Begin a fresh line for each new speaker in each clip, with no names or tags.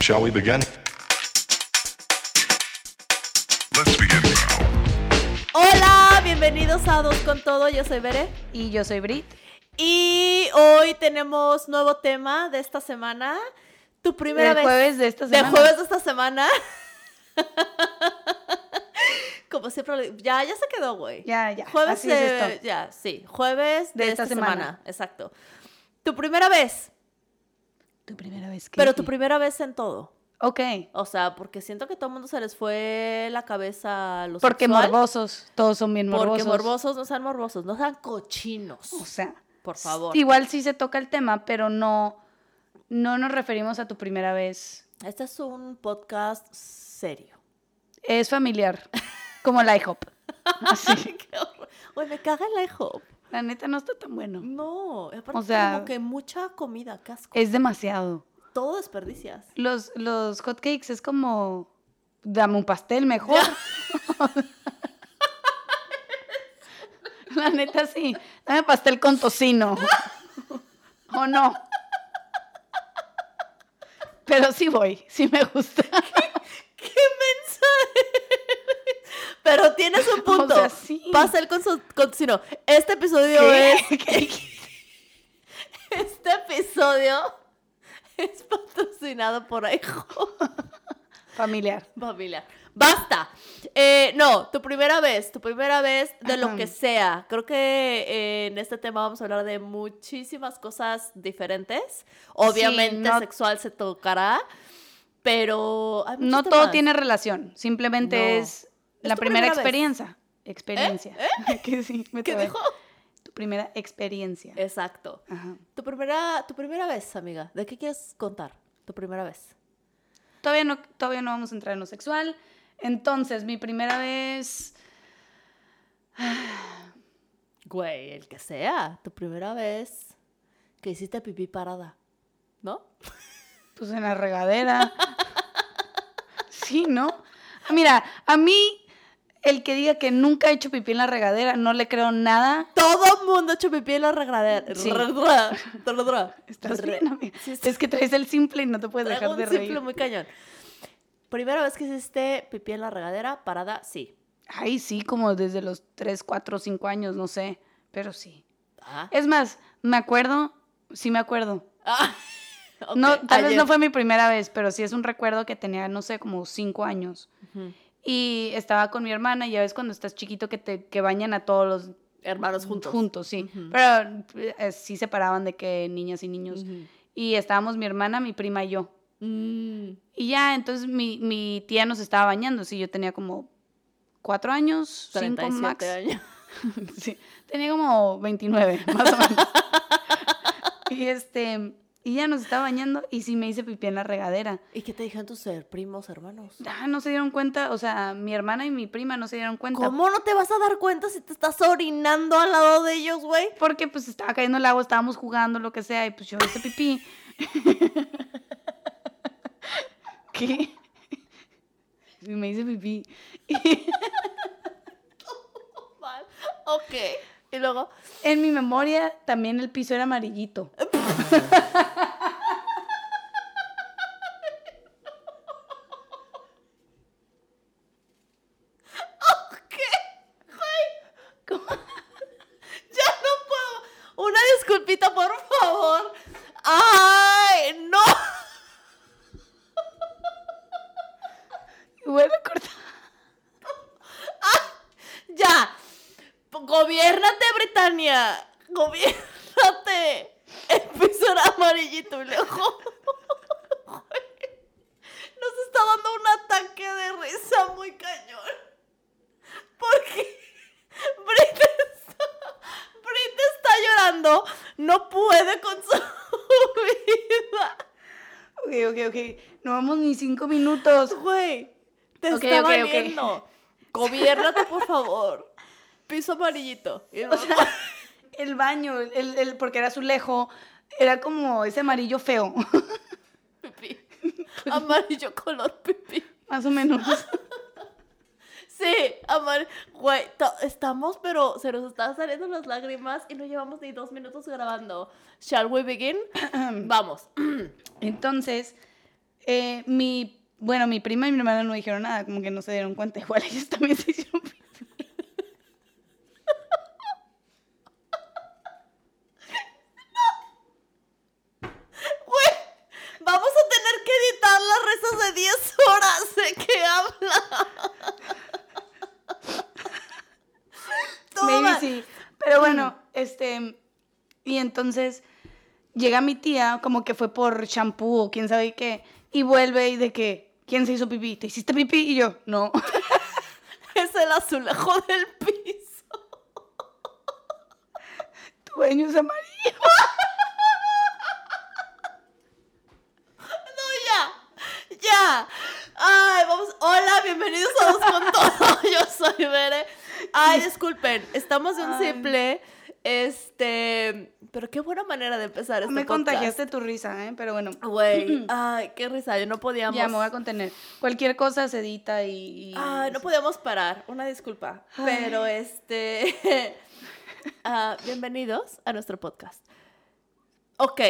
Shall we begin?
Hola, bienvenidos a Dos con Todo, yo soy Bere.
Y yo soy Brit.
Y hoy tenemos nuevo tema de esta semana. Tu primera
Del
vez.
jueves de esta
Del
semana.
jueves de esta semana. Como siempre, lo digo, ya, ya se quedó, güey.
Ya, ya.
Jueves
así es
de-
esto.
ya, sí, jueves de,
De
esta,
esta
semana.
semana.
exacto. Tu primera vez,
Tu primera vez que.
pero tu primera vez en todo.
Ok.
O sea, porque siento que todo el mundo se les fue la cabeza a los
Porque morbosos. Todos son bien morbosos.
Porque morbosos no sean morbosos, no sean cochinos.
O sea.
Por favor.
Igual sí se toca el tema, pero no. No nos referimos a tu primera vez.
Este es un podcast serio.
Es familiar. Como la IHOP. Así.
Qué horror. Güey, me caga el IHOP.
La neta no está tan bueno.
No, aparte
O sea-
como que mucha comida, casco.
Es demasiado.
Todo desperdicias.
Los, los hotcakes es como. Dame un pastel mejor. La neta sí. Dame pastel con tocino. ¿O no? Pero sí voy, sí me gusta.
¡Qué mensa eres! Pero tienes un punto.
O sea, sí.
Pastel con su con sino, Este episodio
¿Qué?
es. Este episodio es patrocinado por IHOP.
Familiar.
Familia. Basta. Eh, no, tu primera vez, tu primera vez de lo que
Ajá.
sea. Creo que eh, en este tema vamos a hablar de muchísimas cosas diferentes. Obviamente
no-
sexual se tocará, pero... hay muchos
No todo
temas.
tiene relación, simplemente
No.
es la
tu
primera,
primera vez. ¿Eh?
experiencia. Experiencia. Que sí, me
¿Qué
trabé.
dijo?
Tu primera experiencia.
Exacto.
Ajá.
Tu primera, tu primera vez, amiga. ¿De qué quieres contar? Tu primera vez.
Todavía no, todavía no vamos a entrar en lo sexual. Entonces, mi primera vez.
Güey, el que sea. Tu primera vez que hiciste pipí parada. ¿No?
Pues en la regadera. Sí, ¿no? Ah, Mira, a mí, el que diga que nunca he hecho pipí en la regadera, no le creo nada.
Todo el mundo ha hecho pipí en la regadera.
Sí.
Regadera. Regadera.
Estás
Re-
bien, amiga.
Sí, sí.
Es que traes el simple y no te puedes
Traigo un
dejar de
simple
reír.
muy cañón. Primera vez que hiciste pipí en la regadera, parada, sí.
Ay, sí, como desde los 3, 4, 5 años, no sé. Pero sí.
Ah.
Es más, me acuerdo, sí me acuerdo.
Ah, ok,
No, tal vez
ayer.
no fue mi primera vez, pero sí es un recuerdo que tenía, no sé, como 5 años.
Ujú.
Y estaba con mi hermana, y ya ves cuando estás chiquito que te que bañan a todos los
Hermanos juntos.
sí.
Ujú.
Pero eh, sí separaban de que niñas y niños.
Ujú.
Y estábamos mi hermana, mi prima y yo.
Mm,
Y ya, entonces mi, mi tía nos estaba bañando, sí, yo tenía como cuatro años, cinco
37
max.
años.
Sí, tenía como 29, más o menos. y este, y ya nos estaba bañando y sí me hice pipí en la regadera.
¿Y qué te dijeron tus eh, primos, hermanos?
Ah, no se dieron cuenta, o sea, mi hermana y mi prima no se dieron cuenta.
¿Cómo no te vas a dar cuenta si te estás orinando al lado de ellos, güey?
Porque pues estaba cayendo el agua, estábamos jugando, lo que sea, y pues yo hice pipí. ¿Qué? Y me hice pipí.
Mal. Ok. Y luego,
En mi memoria también el piso era amarillito.
ya no puedo. Una disculpita, por favor. ¡Ay! ¡No!
Y bueno, corta.
¡Ya! P- ¡Gobiérnate, Britania! ¡Gobiérnate! El piso era amarillito y luego. Nos está dando un ataque de risa muy cañón. Porque Brit está, Brit está llorando. No puede con su vida.
Ok, ok, ok. No vamos ni cinco minutos.
Güey, te
Ok,
está
ok, ok.
valiendo. Gobiérnate, por favor. Piso amarillito. Y
O
luego-
sea, el baño, el, el- porque era azulejo, era como ese amarillo feo,
pipí. Amarillo color pipí.
más o menos.
Sí, amarillo. Güey, to- estamos, pero se nos están saliendo las lágrimas y no llevamos ni dos minutos grabando. ¿Shall we begin? Vamos.
Entonces, eh, mi, bueno, mi prima y mi hermana no dijeron nada, como que no se dieron cuenta. Igual ellos también se hicieron pipí.
Güey, vamos a tener que editar las rezas de 10 horas de que habla.
Maybe
Toma.
sí. Pero
Mm.
bueno, este. Y entonces llega mi tía, como que fue por champú o quién sabe qué, y vuelve y de que, ¿quién se hizo pipí? ¿Te hiciste pipí? Y yo, no.
Es el azulejo del piso.
Tu baño es amarillo.
No, ya. Ya. Ay, vamos. Hola, bienvenidos a Dos con Todo. Yo soy Bere. Ay, disculpen. Estamos de un
Ay.
simple. Este. Pero qué buena manera de empezar este
Me
podcast.
contagiaste tu risa, ¿eh? Pero bueno,
Güey. Ay, qué risa. Yo no podíamos.
ya me voy a contener. Cualquier cosa se edita y. y-
Ay, Ah, no podíamos parar. Una disculpa.
Ay.
Pero este. ah, bienvenidos a nuestro podcast. Ok.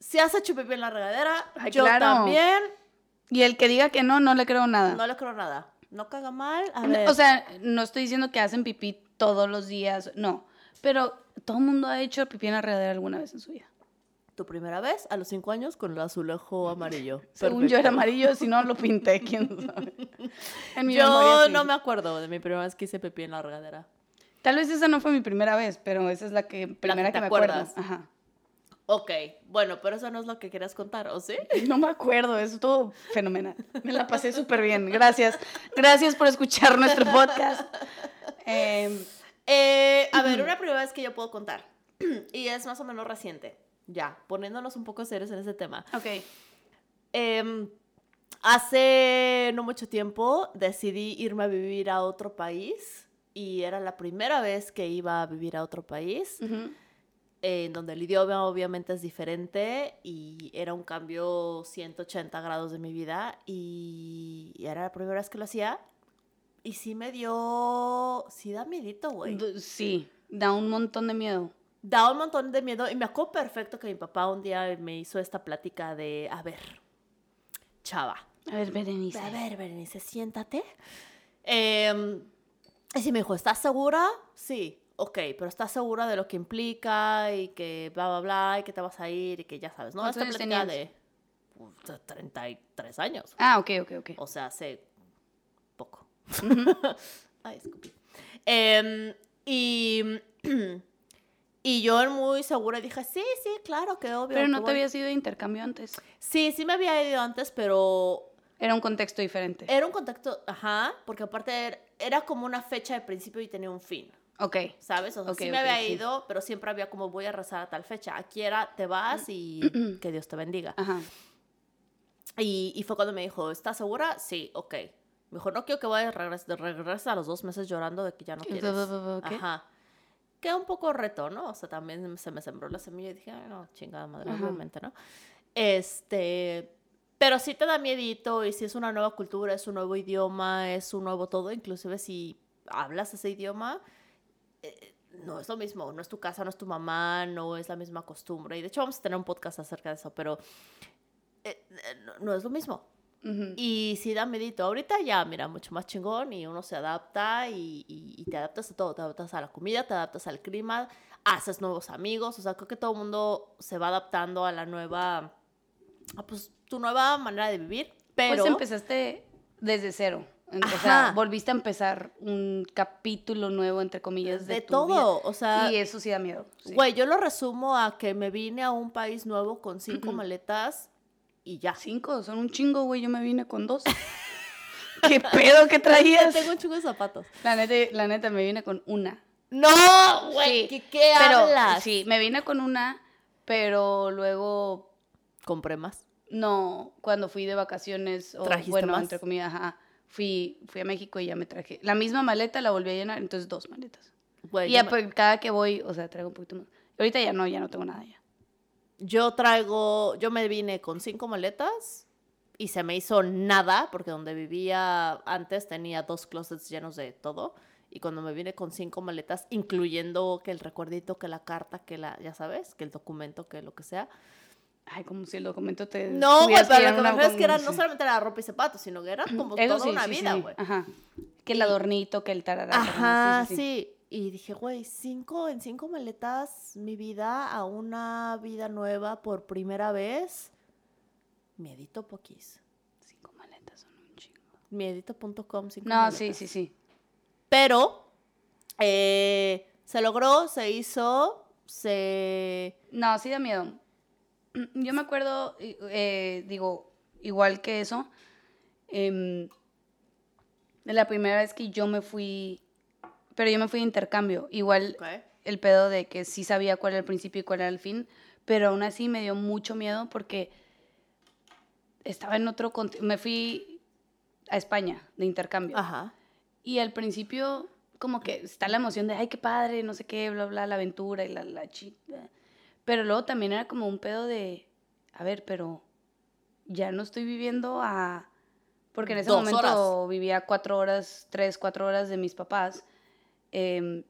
Si has hecho pipí en la regadera,
Ay,
yo
claro.
también.
Y el que diga que no, no le creo nada.
No le creo nada. No caga mal. A ver.
O sea, no estoy diciendo que hacen pipí todos los días, no. Pero todo el mundo ha hecho pipí en la regadera alguna vez en su vida.
tu primera vez a los cinco años con el azulejo amarillo.
Según yo era
Perfecto.
amarillo, si no lo pinté, quién sabe. En mi memoria,
Yo
sí.
no me acuerdo de mi primera vez que hice pipí en la regadera.
Tal vez esa no fue mi primera vez, pero esa es la que primera
te
que, me acuerdo.
acuerdas.
Ajá.
Ok, bueno, pero eso no es lo que querías contar, ¿o sí?
No me acuerdo, eso todo fenomenal. Me la pasé súper bien. Gracias. Gracias por escuchar nuestro podcast. Eh,
Eh, a ver, una primera vez que yo puedo contar. y es más o menos reciente. Ya, poniéndonos un poco serios en ese tema.
ok.
Em, hace no mucho tiempo decidí irme a vivir a otro país. Y era la primera vez que iba a vivir a otro país.
Ujú.
en donde el idioma obviamente es diferente y era un cambio 180 grados de mi vida y, y era la primera vez que lo hacía y sí me dio, sí da miedito, güey.
Du- Sí, da un montón de miedo.
Da un montón de miedo y me acuerdo perfecto que mi papá un día me hizo esta plática de, a ver, chava,
A ver, Berenice.
a ver, Berenice, siéntate. Em, y sí me dijo, ¿estás segura? Sí. Ok, pero ¿estás segura de lo que implica y que bla, bla, bla, y que te vas a ir y que ya sabes, ¿no?
¿Cuántos
Esta
años
plática
tenías?
de pues, de 33 años.
Ah, ok, ok, ok.
O sea, hace poco. Ay, escupí. Em, y, y yo muy segura dije, sí, sí, claro, que obvio.
Pero
que
no te
voy".
había sido de intercambio antes.
Sí, sí me había ido antes, pero
Era un contexto diferente.
Era un contacto, ajá, porque aparte era, era como una fecha de principio y tenía un fin,
Ok.
¿sabes? O sea,
Ok,
sí me
ok,
había
sí.
ido, pero siempre había como voy a rezar a tal fecha. Aquí era, te vas y que Dios te bendiga.
Ajá.
Y, y fue cuando me dijo, ¿estás segura? Sí, ok. Me dijo, no quiero que vayas regres de regresa a los dos meses llorando de que ya no
¿Qué?
quieres.
¿Qué?
Ajá. Queda un poco reto, ¿no? O sea, también se me sembró la semilla y dije, "Ay, no, chingada madre,
Ajá.
obviamente, ¿no? Este, pero sí te da miedito y si es una nueva cultura, es un nuevo idioma, es un nuevo todo, inclusive si hablas ese idioma, eh, no es lo mismo, no es tu casa, no es tu mamá, no es la misma costumbre. Y de hecho vamos a tener un podcast acerca de eso, pero eh, eh, no- no es lo mismo.
Ujú.
Y sí da medito. Ahorita ya, mira, mucho más chingón y uno se adapta y, y- y te adaptas a todo. Te adaptas a la comida, te adaptas al clima, haces nuevos amigos. O sea, creo que todo el mundo se va adaptando a la nueva, a, pues tu nueva manera de vivir. Pero
Pues empezaste desde cero. En- O
Ajá.
sea, volviste a empezar un capítulo nuevo, entre comillas, de,
de
tu
todo, o sea,
vida. Y eso sí da miedo. sí.
güey, yo lo resumo a que me vine a un país nuevo con cinco maletas y ya.
Cinco, son un chingo, güey. Yo me vine con dos. ¿Qué pedo que traías?
Tengo un chingo de zapatos.
La neta, la neta, me vine con una.
No, güey,
Sí,
¿qué, qué
pero,
hablas?
Sí, me vine con una, pero luego
Compré más.
No, cuando fui de vacaciones, o
¿Trajiste
bueno,
más?
entre comillas, ajá, fui, fui a México y ya me traje. La misma maleta la volví a llenar, entonces dos maletas.
Güey,
y
yo
ya,
me-
pues, cada que voy, o sea, traigo un poquito más. Ahorita ya no, ya no tengo nada ya.
Yo traigo, yo me vine con cinco maletas y se me hizo nada, porque donde vivía antes tenía dos closets llenos de todo. Y cuando me vine con cinco maletas, incluyendo que el recuerdito, que la carta, que la, ya sabes, que el documento, que lo que sea,
Ay, como si el documento te.
No, güey,
tuvieras
pero
llevar
lo que me
una
refiero es que era
con-
no
sí.
solamente era ropa y zapatos, sino que era como
Eso
toda
sí,
una
sí,
vida,
sí.
güey.
Ajá. Que el adornito, que el tarará.
Ajá, sí, Y dije, güey, cinco, en cinco maletas, mi vida a una vida nueva por primera vez. Miedito Poquis.
Cinco maletas son un chingo.
Miedito.com. cinco
No, sí,
maletas.
sí, sí.
Pero eh, se logró, se hizo, se...
No, sí da miedo. Yo me acuerdo, i- eh, digo, igual que eso, em, de la primera vez que yo me fui, pero yo me fui de intercambio. Igual el pedo de que sí sabía cuál era el principio y cuál era el fin, pero aún así me dio mucho miedo porque estaba en otro conti- me fui a España de intercambio.
Ajá.
Y al principio, como que está la emoción de, ay, qué padre, no sé qué, bla, bla, la aventura y la, la chica. Pero luego también era como un pedo de, a ver, pero ya no estoy viviendo a... Porque en ese
Dos
momento vivía cuatro horas, tres, cuatro horas de mis papás em,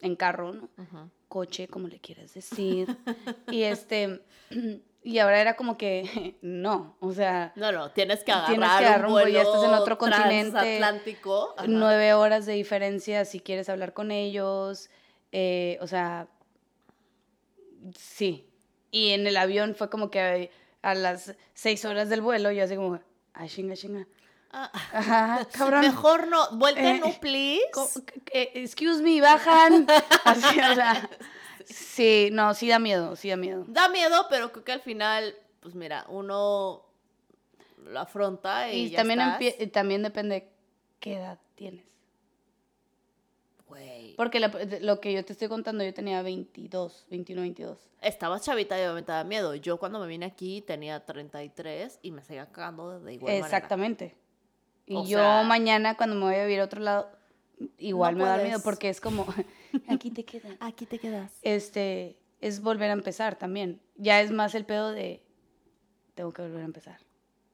en carro, ¿no?
Ujú.
coche, como le quieras decir. y este, y ahora era como que, no, o sea,
No, no, tienes que agarrar
Tienes que agarrar
un
un
vuelo
vuelo, ya estás en otro continente.
transatlántico. Ajá.
nueve horas de diferencia si quieres hablar con ellos, eh, o sea, sí. Y en el avión fue como que a las seis horas del vuelo, yo así como, ah, chinga, chinga.
Ah,
Ajá, cabrón.
mejor no, vuelta
Eh,
no, please.
Co- eh, excuse me, bajan. Así, o sea, sí, no, sí da miedo, sí da miedo.
Da miedo, pero creo que al final, pues mira, uno lo afronta y,
Y
ya
también,
estás.
empie- eh, también depende qué edad tienes.
Güey,
Porque la- lo que yo te estoy contando, yo tenía 22, 21, 22.
Estabas chavita y obviamente da miedo. Yo cuando me vine aquí tenía 33 y me seguía cagando de igual manera.
Exactamente. Y
O
yo
sea-
mañana cuando me voy a vivir a otro lado, igual
No
me da
puedes.
miedo porque es como, aquí te queda.
Aquí te quedas.
Este, es volver a empezar también. Ya es más el pedo de, tengo que volver a empezar.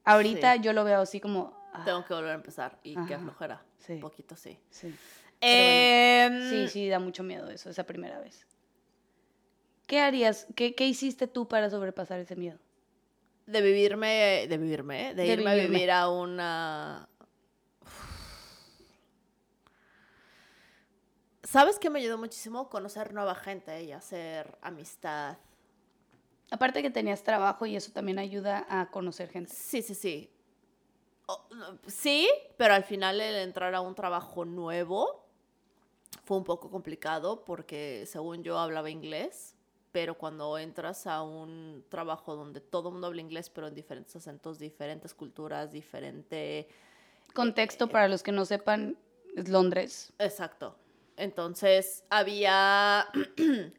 Ahorita
Sí.
yo lo veo así como, ah,
Tengo que volver a empezar y qué
Ajá.
flojera.
Sí.
Un poquito sí.
sí.
Em,
Sí, sí, da mucho miedo eso, esa primera vez. ¿Qué harías? ¿Qué, qué hiciste tú para sobrepasar ese miedo?
De vivirme, de vivirme, ¿eh? de,
De
irme a
vivirme.
vivir a una... ¿Sabes qué me ayudó muchísimo? Conocer nueva gente y hacer amistad.
Aparte que tenías trabajo y eso también ayuda a conocer gente.
Sí, sí, sí. O- sí, pero al final el entrar a un trabajo nuevo fue un poco complicado porque según yo hablaba inglés, pero cuando entras a un trabajo donde todo el mundo habla inglés, pero en diferentes acentos, diferentes culturas, diferente... Eh,
Contexto para los que no sepan, es Londres.
Exacto. Entonces había...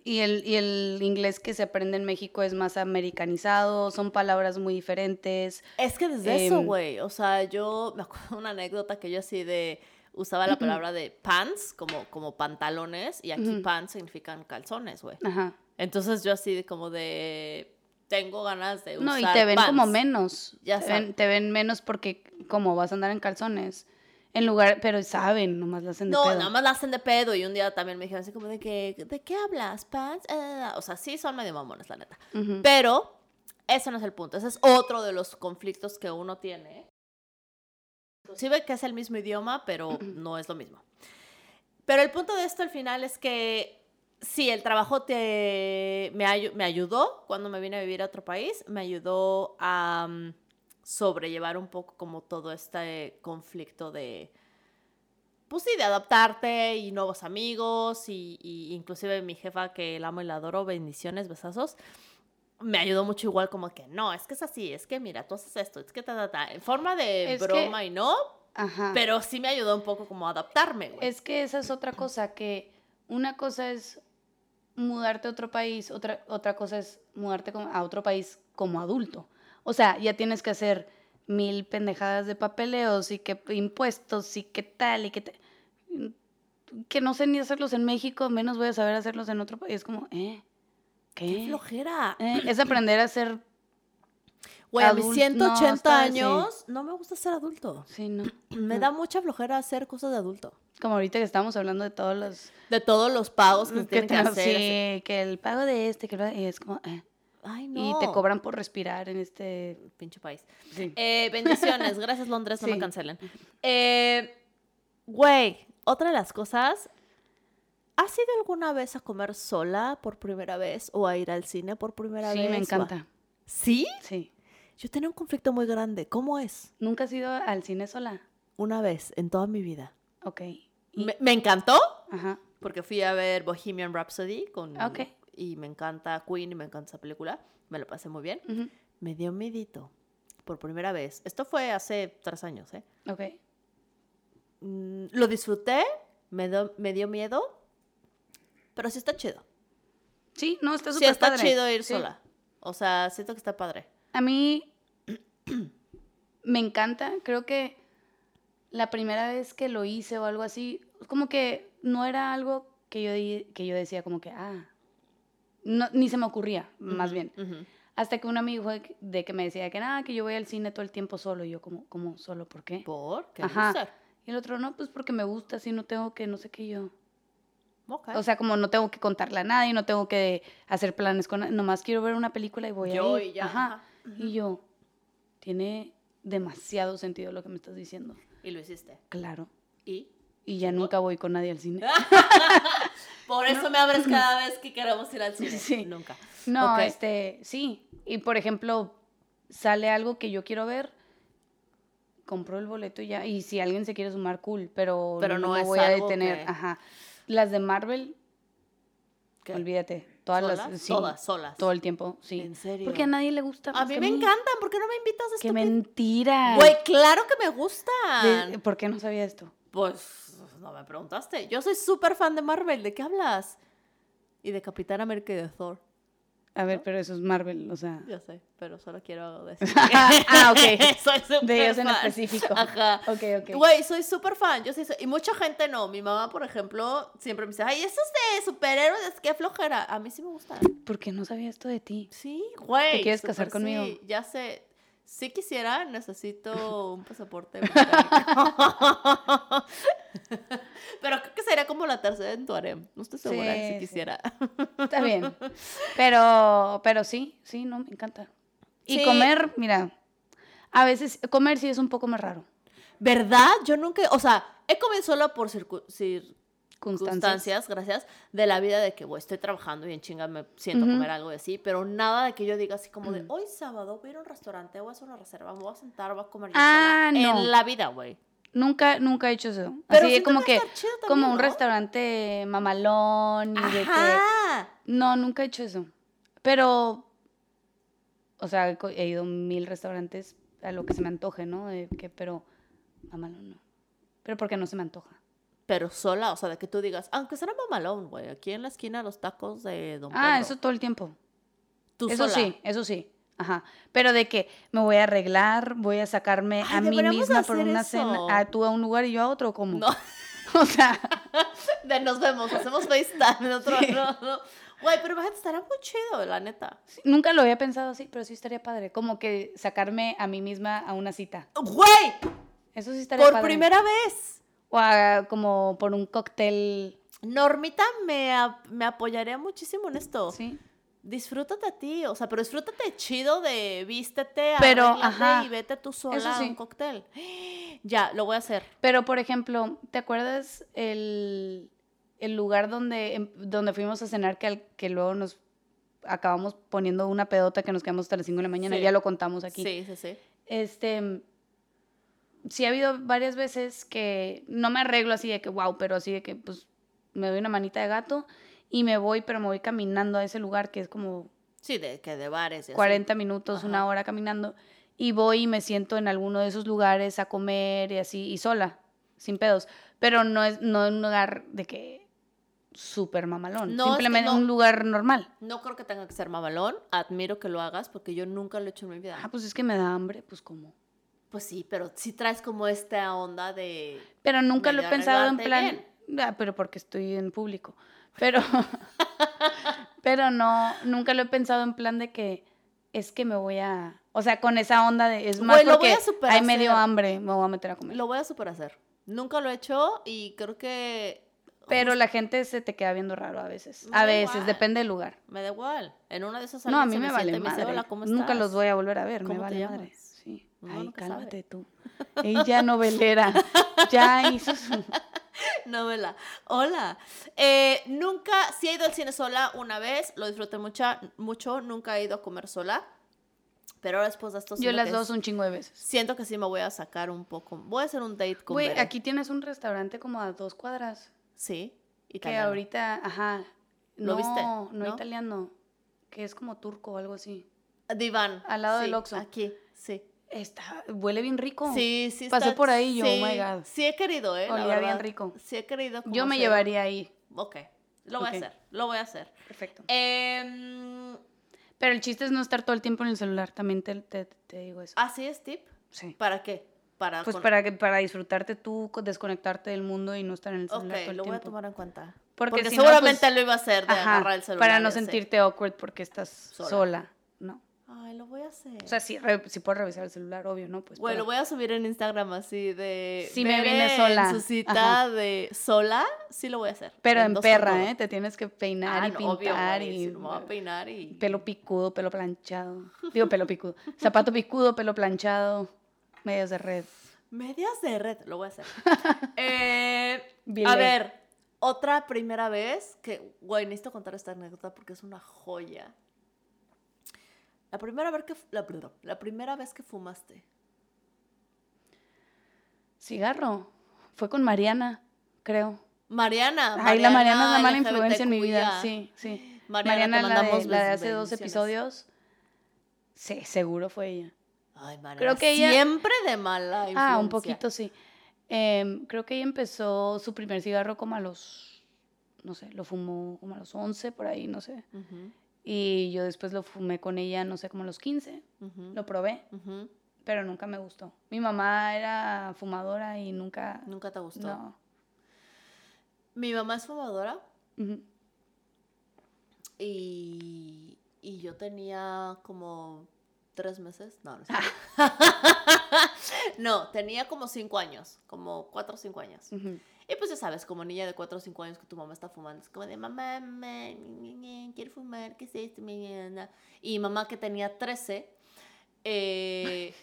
Y el, y el inglés que se aprende en México es más americanizado, son palabras muy diferentes.
Es que desde eso,
Em,
güey. O sea, yo me acuerdo de una anécdota que yo así de. Usaba la palabra de pants, como, como pantalones, y aquí
Ujú.
pants significan calzones, güey.
Ajá.
Entonces yo así de como de. Tengo ganas de usar.
No, y te ven
pants.
como menos.
Ya
te, ven,
saben.
te ven menos porque como vas a andar en calzones. En lugar, pero saben, nomás la hacen de
No,
pedo.
nada más la hacen de pedo. Y un día también me dijeron así como de que. ¿De qué hablas, pants? Eh, O sea, sí son medio mamones, la neta.
Ujú.
Pero ese no es el punto. Ese es otro de los conflictos que uno tiene. Inclusive que es el mismo idioma, pero no es lo mismo. Pero el punto de esto al final es que sí, el trabajo te, me, ayu- me ayudó cuando me vine a vivir a otro país, me ayudó a mm, sobrellevar un poco como todo este conflicto de, pues sí, de adaptarte y nuevos amigos y, y inclusive mi jefa que la amo y la adoro, bendiciones, besazos. Me ayudó mucho igual como que no, es que es así, es que mira, tú haces esto, es que ta, ta, ta. En forma de
Es que-
broma y no,
Ajá.
pero sí me ayudó un poco como a adaptarme, güey.
Es que esa es otra cosa, que una cosa es mudarte a otro país, otra, otra cosa es mudarte como- a otro país como adulto. O sea, ya tienes que hacer mil pendejadas de papeleos y que impuestos y qué tal y que que no sé ni hacerlos en México, menos voy a saber hacerlos en otro país. Es como, ¿eh?
¡Qué
¿Qué?
flojera!
Eh, Es aprender a ser,
Güey, a mis
adulto,
180
no, está- Mm. sí.
años no me gusta ser adulto.
sí, no.
Me da mucha flojera hacer cosas de adulto.
Como ahorita que estábamos hablando de todos los
De todos los pagos que, se
Mm, que
tienen que
tengo-
hacer. así.
sí, que el pago de este, que el pago- y es como, eh.
Ay, no.
Y te cobran por respirar en este...
Pinche país.
Sí.
Eh, bendiciones. Gracias, Londres. No me
Sí.
cancelen. Eh, Güey, otra de las cosas. ¿Has ido alguna vez a comer sola por primera vez o a ir al cine por primera
Sí,
vez?
me
o a-
encanta.
¿Sí?
Sí.
Yo tenía un conflicto muy grande. ¿Cómo es?
¿Nunca has ido al cine sola?
Una vez en toda mi vida.
Ok. Y-
Me, me encantó
Ajá.
porque fui a ver Bohemian Rhapsody con
Ok.
y me encanta Queen y me encanta esa película. Me lo pasé muy bien.
ujú,
Me dio miedito por primera vez. Esto fue hace tres años, ¿eh?
Ok.
Mm, lo disfruté, me, do- me dio miedo, pero sí está chido.
Sí, no, está
Sí
súper
está
padre.
chido ir
Sí.
sola. O sea, siento que está padre.
A mí me encanta, creo que la primera vez que lo hice o algo así, como que no era algo que yo, di- que yo decía como que, ah, no, ni se me ocurría, más bien.
Mm, Ujú.
Hasta que un amigo de que- de que me decía que nada, que yo voy al cine todo el tiempo solo, y yo como, como solo, ¿por qué?
¿Por qué?
Ajá.
loser?
Y el otro, no, pues porque me gusta, así no tengo que, no sé qué yo.
Ok.
O sea, como no tengo que contarle a nadie, no tengo que hacer planes con, nomás quiero ver una película y voy a
Yo
ir.
y ya,
Ajá.
ajá.
Y yo, tiene demasiado sentido lo que me estás diciendo.
y lo hiciste.
Claro.
Y
Y ya nunca voy con nadie al cine.
por eso me abres cada vez que queremos ir al cine.
Sí.
Nunca.
No,
Ok.
este, sí. Y por ejemplo, sale algo que yo quiero ver, compro el boleto y ya. Y si alguien se quiere sumar, cool, pero,
Pero no
me
es
voy a
algo
detener.
que-
Ajá. Las de Marvel,
¿Qué?
olvídate. Todas
¿Solas?
las. sí,
Todas, solas.
Todo el tiempo, sí.
¿En serio?
Porque a nadie le gusta.
A
más
mí
que
me encantan, ¿por qué no me invitas a
Qué
esto?
mentira.
Güey, ah. claro que me
De- eh,
gustan.
¿Por qué no sabía esto?
Pues no me preguntaste. Yo soy súper fan de Marvel. ¿De qué hablas? Y de Capitán América y de Thor.
A ver, pero eso es Marvel, o sea.
Yo sé, pero solo quiero decir.
ah, ok.
soy súper
De ellos en
fan.
específico.
Ajá.
Ok, ok.
Güey, soy súper fan. Yo sí soy- Y mucha gente no. Mi mamá, por ejemplo, siempre me dice: Ay, esos de superhéroes, qué flojera. A mí sí me gustan.
¿Por qué no sabía esto de ti?
Sí, güey.
¿Te quieres
súper
casar conmigo?
Sí, ya sé. Si quisiera, necesito un pasaporte británico. Pero creo que sería como la tercera en tu harem. No estoy segura
Sí,
si
sí.
quisiera.
Está bien. Pero, pero sí, sí, no, me encanta. Y
Sí.
comer, mira, a veces comer sí es un poco más raro.
¿Verdad? Yo nunca, o sea, he comido sola por circu- circunstancias,
Constancia.
gracias, de la vida de que, güey, estoy trabajando y en chinga me siento a
Ujú.
comer algo y así, pero nada de que yo diga así como de,
Mm.
hoy sábado voy a ir a un restaurante, voy a hacer una reserva, me voy a sentar, voy a comer yo
Ah,
sola.
no.
En la vida, güey.
Nunca, nunca he hecho eso.
Pero
Así
siento
como que,
está chido también,
como un
¿no?
restaurante mamalón y de que...
Ajá.
No, nunca he hecho eso. Pero, o sea, he co- he ido a mil restaurantes a lo que se me antoje, ¿no? De que, pero, mamalón no. Pero porque no se me antoja.
Pero sola, o sea, de que tú digas, aunque será mamalón, güey, aquí en la esquina los tacos de Don
Ah,
Pedro".
eso todo el tiempo.
Tú
eso
sola.
sí, eso sí. Ajá. Pero de que me voy a arreglar, voy a sacarme
Ay,
a mí
deberíamos
misma por
hacer
una
eso.
cena. Ah, tú a un lugar y yo a otro, ¿cómo?
No.
O sea,
De nos vemos, hacemos FaceTime en otro. no, no. Güey, pero imagínate, estará muy chido, la neta.
sí, nunca lo había pensado así, pero sí estaría padre. Como que sacarme a mí misma a una cita.
¡Güey!
Eso sí estaría
Por
padre.
primera vez.
O a- como por un cóctel,
Normita me, ap- me apoyaría muchísimo en esto.
¿sí?
Disfrútate a ti, o sea, pero disfrútate chido de vístete,
Pero,
arréglate
ajá.
y vete tú sola a
sí.
un cóctel. Ya, lo voy a hacer.
Pero, por ejemplo, ¿te acuerdas el, el lugar donde, em- donde fuimos a cenar que, al- que luego nos acabamos poniendo una pedota que nos quedamos hasta las 5 de la mañana?
Sí.
Ya lo contamos aquí.
Sí, sí, sí.
Este, sí ha habido varias veces que no me arreglo así de que, wow, pero así de que, pues, me doy una manita de gato y me voy, pero me voy caminando a ese lugar que es como
Sí, de que de bares. y así.
40 minutos, una
Ajá.
hora caminando, y voy y me siento en alguno de esos lugares a comer y así, y sola, sin pedos. Pero no es no en un lugar de que súper mamalón,
No, es que
simplemente
no.
un lugar normal.
No creo que tenga que ser mamalón. Admiro que lo hagas porque yo nunca lo he hecho en mi vida.
Ah, pues es que me da hambre, pues como.
Pues sí, pero sí traes como esta onda de.
Pero nunca lo he
Medio
pensado en plan,
arreglarte
Ah, pero porque estoy en público. Pero pero no nunca lo he pensado en plan de que es que me voy a, o sea, con esa onda de es más
Güey, lo voy
porque
a super
hay medio
hacer.
hambre, me voy a meter a comer.
Lo voy a superhacer. Nunca lo he hecho y creo que
Pero la gente se te queda viendo raro a veces.
Me
A
da
veces,
igual.
depende del lugar.
Me da igual. En una de esas
No, a mí
alguien se
me vale
sienta y
madre.
dice, "Hola, ¿cómo
Nunca
estás?".
los voy a volver a ver, me
¿Cómo te
vale madre.
llamas?
Sí.
Uno
Ay,
nunca
cálmate
sabe.
tú. Ella novelera. ya hizo su...
Novela. Hola. Eh, nunca, sí he ido al cine sola una vez, lo disfruté mucha, mucho, nunca he ido a comer sola. Pero ahora después de esto
Yo
siento
las
Pues que
dos
es-
un chingo de veces.
siento que sí me voy a sacar un poco. Voy a hacer un date con
Güey,
Bere.
aquí tienes un restaurante como a dos cuadras.
Sí.
Que
italiano.
ahorita, ajá.
¿Lo
No,
viste?
no,
¿No?
italiano. Que es como turco o algo así.
Diván.
Al lado
sí,
del Oxxo.
Aquí, sí.
Está, huele bien rico.
Sí, sí.
Pasé
está-
por ahí y yo, oh
sí,
my God.
Sí he querido, ¿eh? La
Olía bien
verdad.
rico.
Sí he querido.
Yo me
conocer-
llevaría ahí.
Ok. Lo voy
Ok.
a hacer. Lo voy a hacer.
Perfecto.
Em,
Pero el chiste es no estar todo el tiempo en el celular. También te, te- te digo eso.
Así es, tip.
Sí.
¿Para qué? Para.
Pues
con-
para, que, para disfrutarte tú, co- desconectarte del mundo y no estar en el
Ok,
celular todo el
lo voy a
tiempo.
tomar en cuenta.
Porque
Porque,
si no,
seguramente
pues,
lo iba a hacer de
Ajá,
agarrar el celular.
para no
y así.
sentirte awkward porque estás sola.
Sola.
¿no?
Ay, lo voy a hacer.
O sea, sí, re- sí puedes revisar el celular, obvio, ¿no? Pues
Güey,
pero-
lo voy a subir en Instagram así de.
Sí me
Bere
vine
en
sola.
su cita
Ajá.
de sola, sí lo voy a hacer.
pero en
dos por
perra,
uno.
¿eh? Te tienes que peinar
Ah,
y
no, obvio,
pintar
güey, sí,
y
no me voy a peinar y.
pelo picudo, pelo planchado. Digo, pelo picudo. Zapato picudo, pelo planchado, medias de red.
Medias de red, lo voy a hacer. Eh, a
Bilé.
ver, otra primera vez que, güey, necesito contar esta anécdota porque es una joya. La primera vez que, la, perdón, la primera vez que fumaste.
Cigarro. Fue con Mariana, creo.
Ah, Mariana.
Ay, la Mariana es la mala
LGBT
influencia en mi vida.
cuya.
Sí, sí.
Mariana, te
la, de,
mandamos
la de
bes-
hace dos
bendiciones.
episodios. Sí, seguro fue ella.
Ay, Mariana.
Creo que ella-
Siempre de mala influencia.
Ah, un poquito sí. Em, creo que ella empezó su primer cigarro como a los, no sé, lo fumó como a los 11 por ahí, no sé.
Ujú,
Y yo después lo fumé con ella, no sé, como a los 15.
ujú,
Lo probé,
ujú.
pero nunca me gustó. Mi mamá era fumadora y nunca...
Nunca te gustó.
No.
Mi mamá es fumadora
Ujú.
y, y yo tenía como tres meses. No, no, es cierto. no, tenía como cinco años, como cuatro o cinco años.
Ujú.
Y pues ya sabes, como niña de 4 o 5 años que tu mamá está fumando, es como de mamá, mamá, ñe, ñe, quiero fumar, ¿qué es esto? Ñe, ñe, ñe". Y mamá que tenía 13, eh,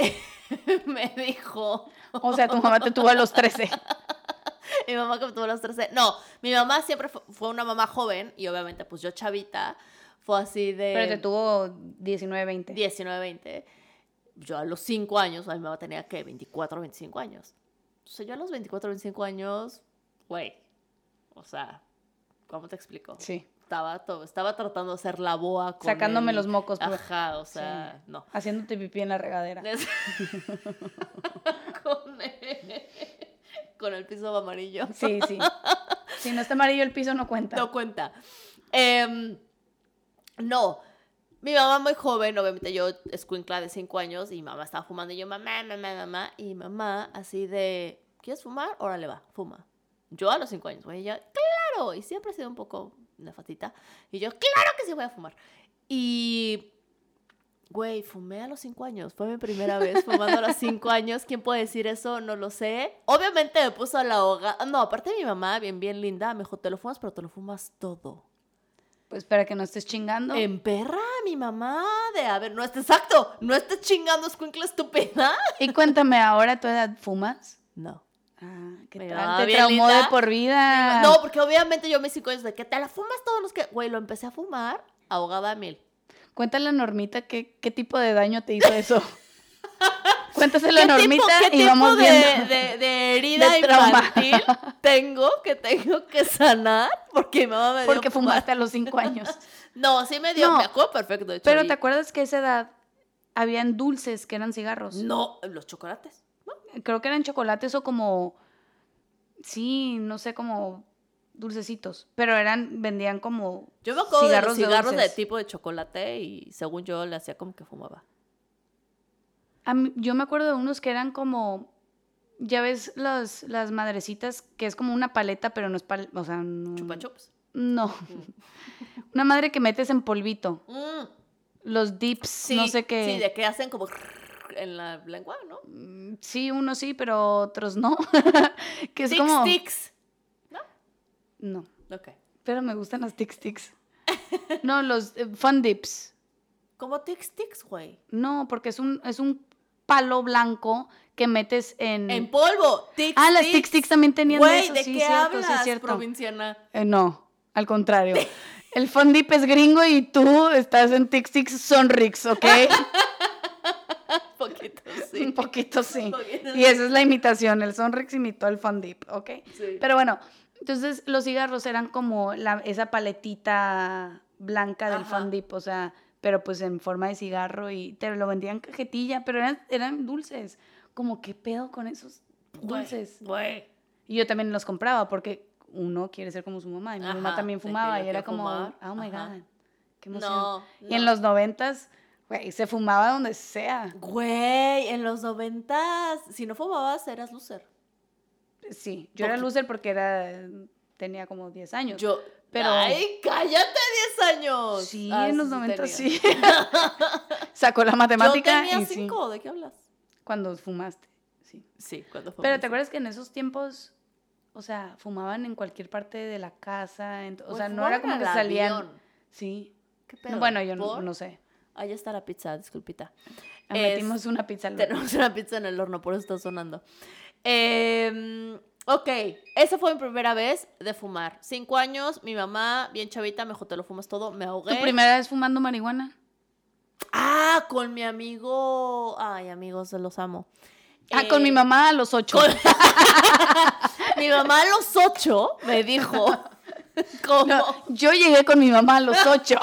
me dijo,
O sea, tu mamá te tuvo a los 13.
mi mamá que tuvo los 13, no, mi mamá siempre fu- fue, una mamá joven y obviamente pues yo chavita, fue así de
Pero te tuvo 19, 20.
19, 20, yo a los 5 años, a mi mamá tenía que 24, 25 años. Entonces yo a los 24, 25 años, güey, o sea, ¿cómo te explico?
Sí.
estaba todo, estaba tratando de hacer la boa con
Sacándome
el-
los mocos, pues.
Ajá, o sea, no.
Haciéndote pipí en la regadera.
Es- con, el, con el piso amarillo.
Sí, sí. Si no está amarillo el piso, no cuenta.
No cuenta. Em, no. Mi mamá muy joven, obviamente yo, escuincla de 5 años, y mi mamá estaba fumando, y yo, mamá, mamá, mamá, y mamá, así de, ¿quieres fumar? Órale, va, fuma. Yo a los 5 años, güey, y ella, claro, y siempre he sido un poco nefatita, y yo, claro que sí voy a fumar. Y, güey, fumé a los 5 años, fue mi primera vez fumando a los 5 años, ¿quién puede decir eso? No lo sé. Obviamente me puso a la hoga, no, aparte mi mamá, bien, bien linda, me dijo, te lo fumas, pero te lo fumas todo.
Pues para que no estés chingando.
En perra, mi mamá, de a ver, no estés exacto, no estés chingando, escuincla estúpida.
Y cuéntame, ¿ahora a tu edad fumas?
No.
Ah, ¿qué
Me
tal?
va
Te
bien
traumó de
linda.
por vida.
No, porque obviamente yo a mis cinco años de que te la fumas todos los que. Güey, lo empecé a fumar ahogada a mil.
Cuéntale a Normita qué, qué tipo de daño te hizo eso. Cuéntaselo a
¿Qué
Normita
tipo, qué
y
tipo
vamos
de,
viendo.
de- de herida
De trauma.
infantil tengo que tengo que sanar? Porque mi mamá me dio.
Porque fumaste a los cinco años.
No, sí me dio,
No.
me acuerdo perfecto. de
Pero
Chori.
¿te acuerdas que a esa edad habían dulces que eran cigarros?
No, los chocolates. ¿no?
Creo que eran chocolates o como. Sí, no sé, como dulcecitos. Pero eran, vendían como.
Yo me acuerdo de los cigarros de,
dulces.
tipo de chocolate y según yo le hacía como que fumaba.
A mí- yo me acuerdo de unos que eran como, ya ves las, las madrecitas, que es como una paleta, pero no es paleta, o sea, no.
Chupa chups.
No. una madre que metes en polvito.
Mm.
Los dips,
Sí,
no sé qué.
Sí, de que hacen como en la lengua, ¿no?
Mm, Sí, unos sí, pero otros no. que es
Tic
como.
sticks.
No.
Ok.
Pero me gustan las tic tics. No, los eh, fun dips.
Como tic tics, güey.
No, porque es un, es un palo blanco que metes en.
En polvo. Tic
Mm. ah, las tic tics también tenían
Güey,
eso.
¿de
sí,
qué
cierto,
hablas,
sí, cierto.
provinciana?
Eh, no, al contrario. El fun dip es gringo y tú estás en tic tics sonrix, ¿ok?
Un poquito,
Un
sí.
poquito sí.
Un poquito,
Y esa es la imitación. El sonrix imitó el fun dip, ¿ok?
Sí.
Pero bueno, entonces los cigarros eran como la, esa paletita blanca del
Ajá.
fun dip, o sea, pero pues en forma de cigarro y te lo vendían en cajetilla, pero eran, eran dulces. Como, ¿qué pedo con esos
Güey,
dulces?
Güey.
Y yo también los compraba porque uno quiere ser como su mamá y mi mamá
Ajá,
también
de que
fumaba
yo
y era
quiero
como,
fumar,
oh my
ajá.
god, qué emoción.
No.
Y en
no.
los noventas, güey, se fumaba donde sea.
Güey, en los noventas, si no fumabas, eras loser.
Sí, yo era
Porque-
loser porque era, tenía como 10 años.
Yo,
Pero-
Ay, cállate 10 años.
Sí,
Ah,
en los
sí
90
tenía.
sí. Sacó la matemática
Yo tenía
y sí,
5, ¿de qué hablas?
cuando fumaste, sí.
Sí, cuando fue.
Pero ¿te acuerdas que en esos tiempos, o sea, fumaban en cualquier parte de la casa? ent-
Pues
o sea, no era como que salían. Sí.
¿Qué
No,
pedo?
bueno, yo no,
¿Por?
no sé.
Ahí Ah, está la pizza, disculpita.
Ah,
Es-
Metimos una pizza al horno.
Tenemos una pizza en el horno, por eso está sonando. Em, ok, esa fue mi primera vez de fumar. Cinco años, mi mamá, bien chavita, me dijo, te lo fumas todo, me ahogué.
¿Tu primera vez fumando marihuana?
Ah, con mi amigo. Ay, amigos, se los amo.
Ah,
Eh,
con mi mamá a los ocho.
con- Mi mamá a los ocho me dijo. ¿Cómo?
No, yo llegué con mi mamá a los ocho.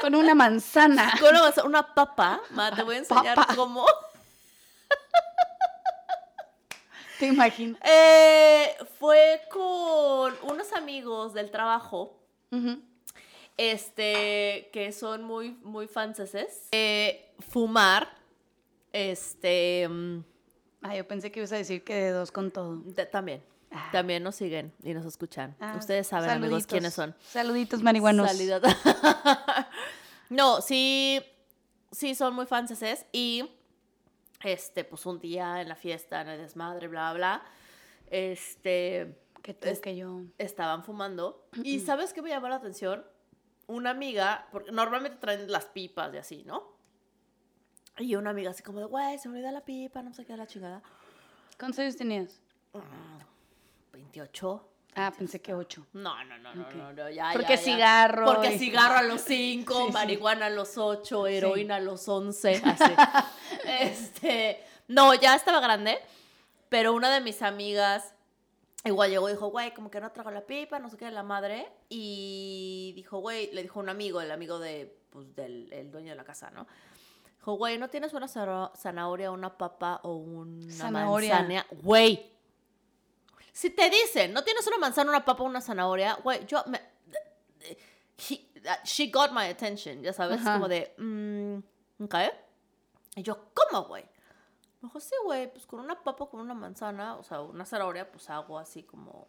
con una manzana.
¿Cómo lo vas a- Una papa. Ma, te voy a enseñar
Papa.
cómo.
¿Te imaginas?
Eh, fue con unos amigos del trabajo.
Ujú.
Este, que son muy, muy fanseses. Eh, fumar. Este. mm,
Ah, yo pensé que ibas a decir que de dos con todo.
ta- también.
Ah.
También nos siguen y nos escuchan.
Ah,
Ustedes saben, amigos,
saluditos.
quiénes son.
Saluditos marihuanos.
Salida- no, sí, sí son muy franceses y este, pues un día en la fiesta, en el desmadre, bla, bla, bla, este,
Que tú,
Es-
que yo.
estaban fumando. Y ¿sabes qué me llamó la atención? Una amiga, porque normalmente traen las pipas y así, ¿no? Y una amiga así como de, güey, se me olvidó la pipa, no sé qué, la chingada.
¿Cuántos años tenías?
Mm, 28.
Ah, pensé que ocho.
No, no, no, no,
Ok.
no, no, ya, ya,
Porque
ya.
cigarro
Porque
y-
cigarro a los 5,
Sí, Ah, sí.
marihuana a los 8, heroína a los 11, así. este, no, ya estaba grande, pero una de mis amigas igual llegó y dijo, güey, como que no trago la pipa, no sé qué, la madre. Y dijo, güey, le dijo un amigo, el amigo de, pues, del el dueño de la casa, ¿no? Dijo, güey, ¿no tienes una zana- zanahoria, una papa o una
Zanahoria.
manzana? Güey. Si te dicen, ¿no tienes una manzana, una papa o una zanahoria? Güey, yo me... he- she got my attention, ya sabes,
Ajá.
como de... mm, ok. Y yo, ¿cómo, güey? Me dijo, sí, güey, pues con una papa, con una manzana, o sea, una zanahoria, pues hago así como,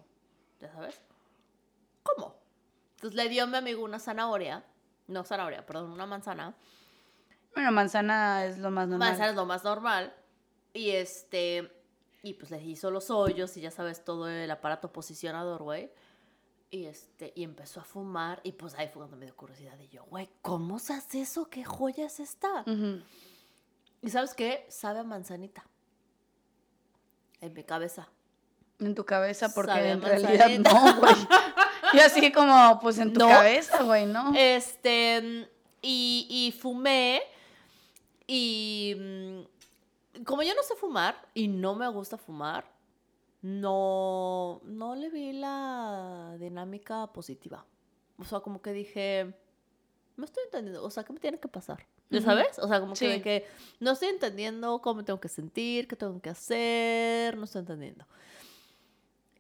ya sabes. ¿Cómo? Entonces le dio a mi amigo una zanahoria, no zanahoria, perdón, una manzana.
Bueno, manzana es lo más normal.
Manzana es lo más normal. Y este, y pues le hizo los hoyos y ya sabes todo el aparato posicionador, güey. Y este, y empezó a fumar y pues ahí fue cuando me dio curiosidad y yo, güey, ¿cómo se hace eso? ¿Qué joya es esta?
Ujú.
Y sabes qué? Sabe a manzanita. En mi cabeza.
En tu cabeza, porque
Sabe a
en realidad
manzanita.
no, güey. Yo así como, pues en tu
No.
cabeza, güey, ¿no?
Este, mm, y, y fumé. Y mm, como yo no sé fumar y no me gusta fumar, no, no le vi la dinámica positiva. O sea, como que dije, no estoy entendiendo, o sea, ¿qué me tiene que pasar? ¿Ya
Ujú.
sabes? O sea, como que, de
Sí.
que no estoy entendiendo cómo tengo que sentir, qué tengo que hacer, no estoy entendiendo.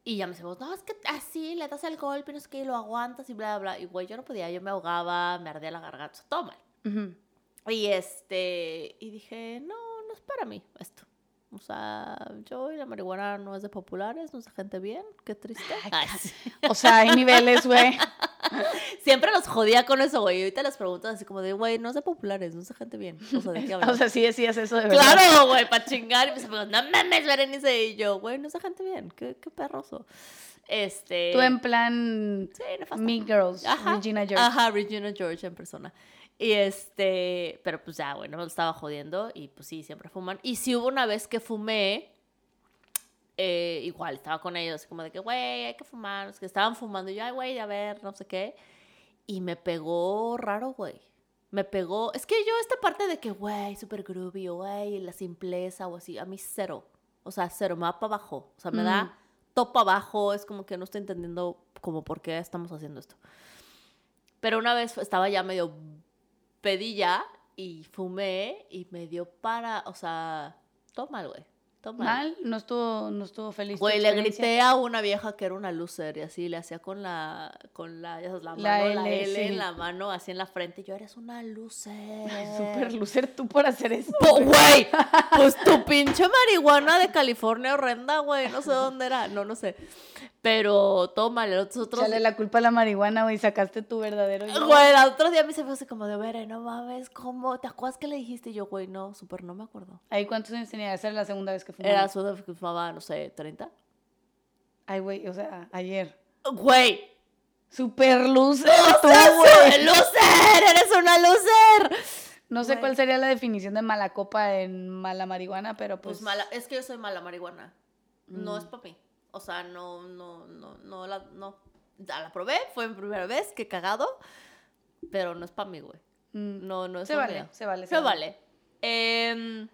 Y ya me decimos, no, es que así le das el golpe, no sé qué, y lo aguantas y bla, bla. Y güey, yo no podía, yo me ahogaba, me ardía la garganta, o sea, todo mal.
Ujú.
Y este, y dije, no, no es para mí esto. O sea, yo y la marihuana no es de populares, no es de gente bien, qué triste. Ay, sí.
O sea, hay niveles, güey.
Siempre los jodía con eso, güey. Y ahorita les pregunto así como de, güey, no es de populares, no es de gente bien. O sea, ¿de qué hablas?
O sea, sí decías eso de verdad.
Claro, güey, para chingar. Y mis amigos, no mames, Berenice. Y yo, güey, no es de gente bien, qué, qué perroso. Este.
Tú en plan
Sí, nefasta.
Mean Girls,
Ajá,
Regina George.
Ajá, Regina George en persona. Y este, pero pues ya, bueno, me lo estaba jodiendo y pues sí, siempre fuman. Y sí hubo una vez que fumé, eh, igual estaba con ellos, como de que, güey, hay que fumar, los que estaban fumando, y yo, ay, güey, a ver, no sé qué. Y me pegó raro, güey. Me pegó, es que yo esta parte de que, güey, super groovy, güey, la simpleza o así, a mí cero. O sea, cero, me va para abajo. O sea, me
Mm.
da topa abajo, es como que no estoy entendiendo como por qué estamos haciendo esto. Pero una vez estaba ya medio pedilla y fumé y me dio para, o sea, toma, güey, toma.
Mal, no estuvo, no estuvo feliz. tu
Güey, le
experiencia.
grité a una vieja que era una loser y así le hacía con la, con la, ya sabes, la mano,
La
la L,
L, sí.
en la mano, así en la frente. y Yo, eres una loser.
Super lucer tú por hacer eso.
Po- Güey, pues tu pinche marihuana de California horrenda, güey, no sé dónde era, no, no sé. Pero tómale, nosotros...
Echale la culpa a la marihuana, güey, sacaste tu verdadero yo.
Güey, el otro día me se fue así como de, ver, no mames, ¿cómo? ¿Te acuerdas que le dijiste? Y yo, güey, no, súper no me acuerdo.
Ahí cuántos años tenía, esa era la segunda vez que fumaba.
Era su que fumaba, no sé, 30.
Ay, güey, o sea, ayer.
Güey,
Super lucer tú,
¡Eres
güey.
un loser! ¡Eres una loser!
No sé
Güey.
cuál sería la definición de mala copa en mala marihuana, pero pues.
Pues mala, es que yo soy mala marihuana. No
Mm.
es para mí. O sea, no, no, no, no la, no. Ya la probé, fue mi primera vez, qué cagado. Pero no es para mí, güey.
mm,
No, no es
se,
lo
vale,
mío.
se vale, se
Se
vale.
vale. Em,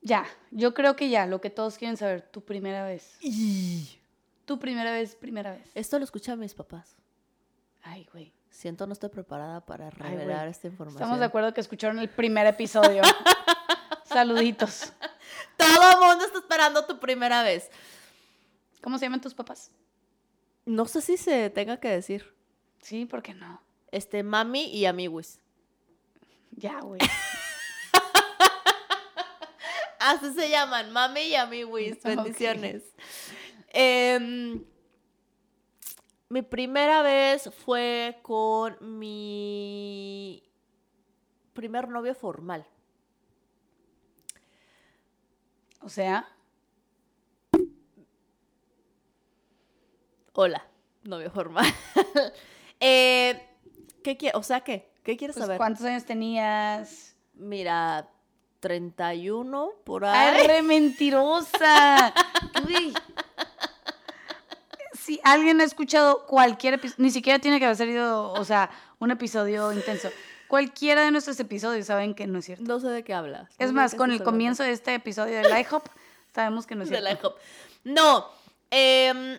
Ya, yo creo que ya, lo que todos quieren saber, tu primera vez.
y-
Tu primera vez, primera vez.
Esto lo escuchan mis papás.
Ay, güey.
Siento no estoy preparada para
güey.
revelar esta información.
Estamos de acuerdo que escucharon el primer episodio. Saluditos.
Todo el mundo está esperando tu primera vez.
¿Cómo se llaman tus papás?
No sé si se tenga que decir.
Sí, ¿por qué no?
Este, mami y amiguis.
Ya, güey.
Así se llaman, mami y amiguis. Bendiciones. Em, mi primera vez fue con mi primer novio formal.
O sea,
Hola, novio formal. Eh, ¿Qué quie- O sea, ¿qué? ¿Qué quieres
pues,
saber?
¿cuántos años tenías?
Mira, 31 por ahí.
¡Ay, re mentirosa! Güey. Si alguien ha escuchado cualquier episodio, ni siquiera tiene que haber sido, o sea, un episodio intenso. Cualquiera de nuestros episodios saben que no es cierto.
No sé de qué hablas. No
Es
sé
más,
qué
con el
estás hablando.
comienzo de este episodio de IHOP, sabemos que no es
de
cierto.
la hip hop. No, em,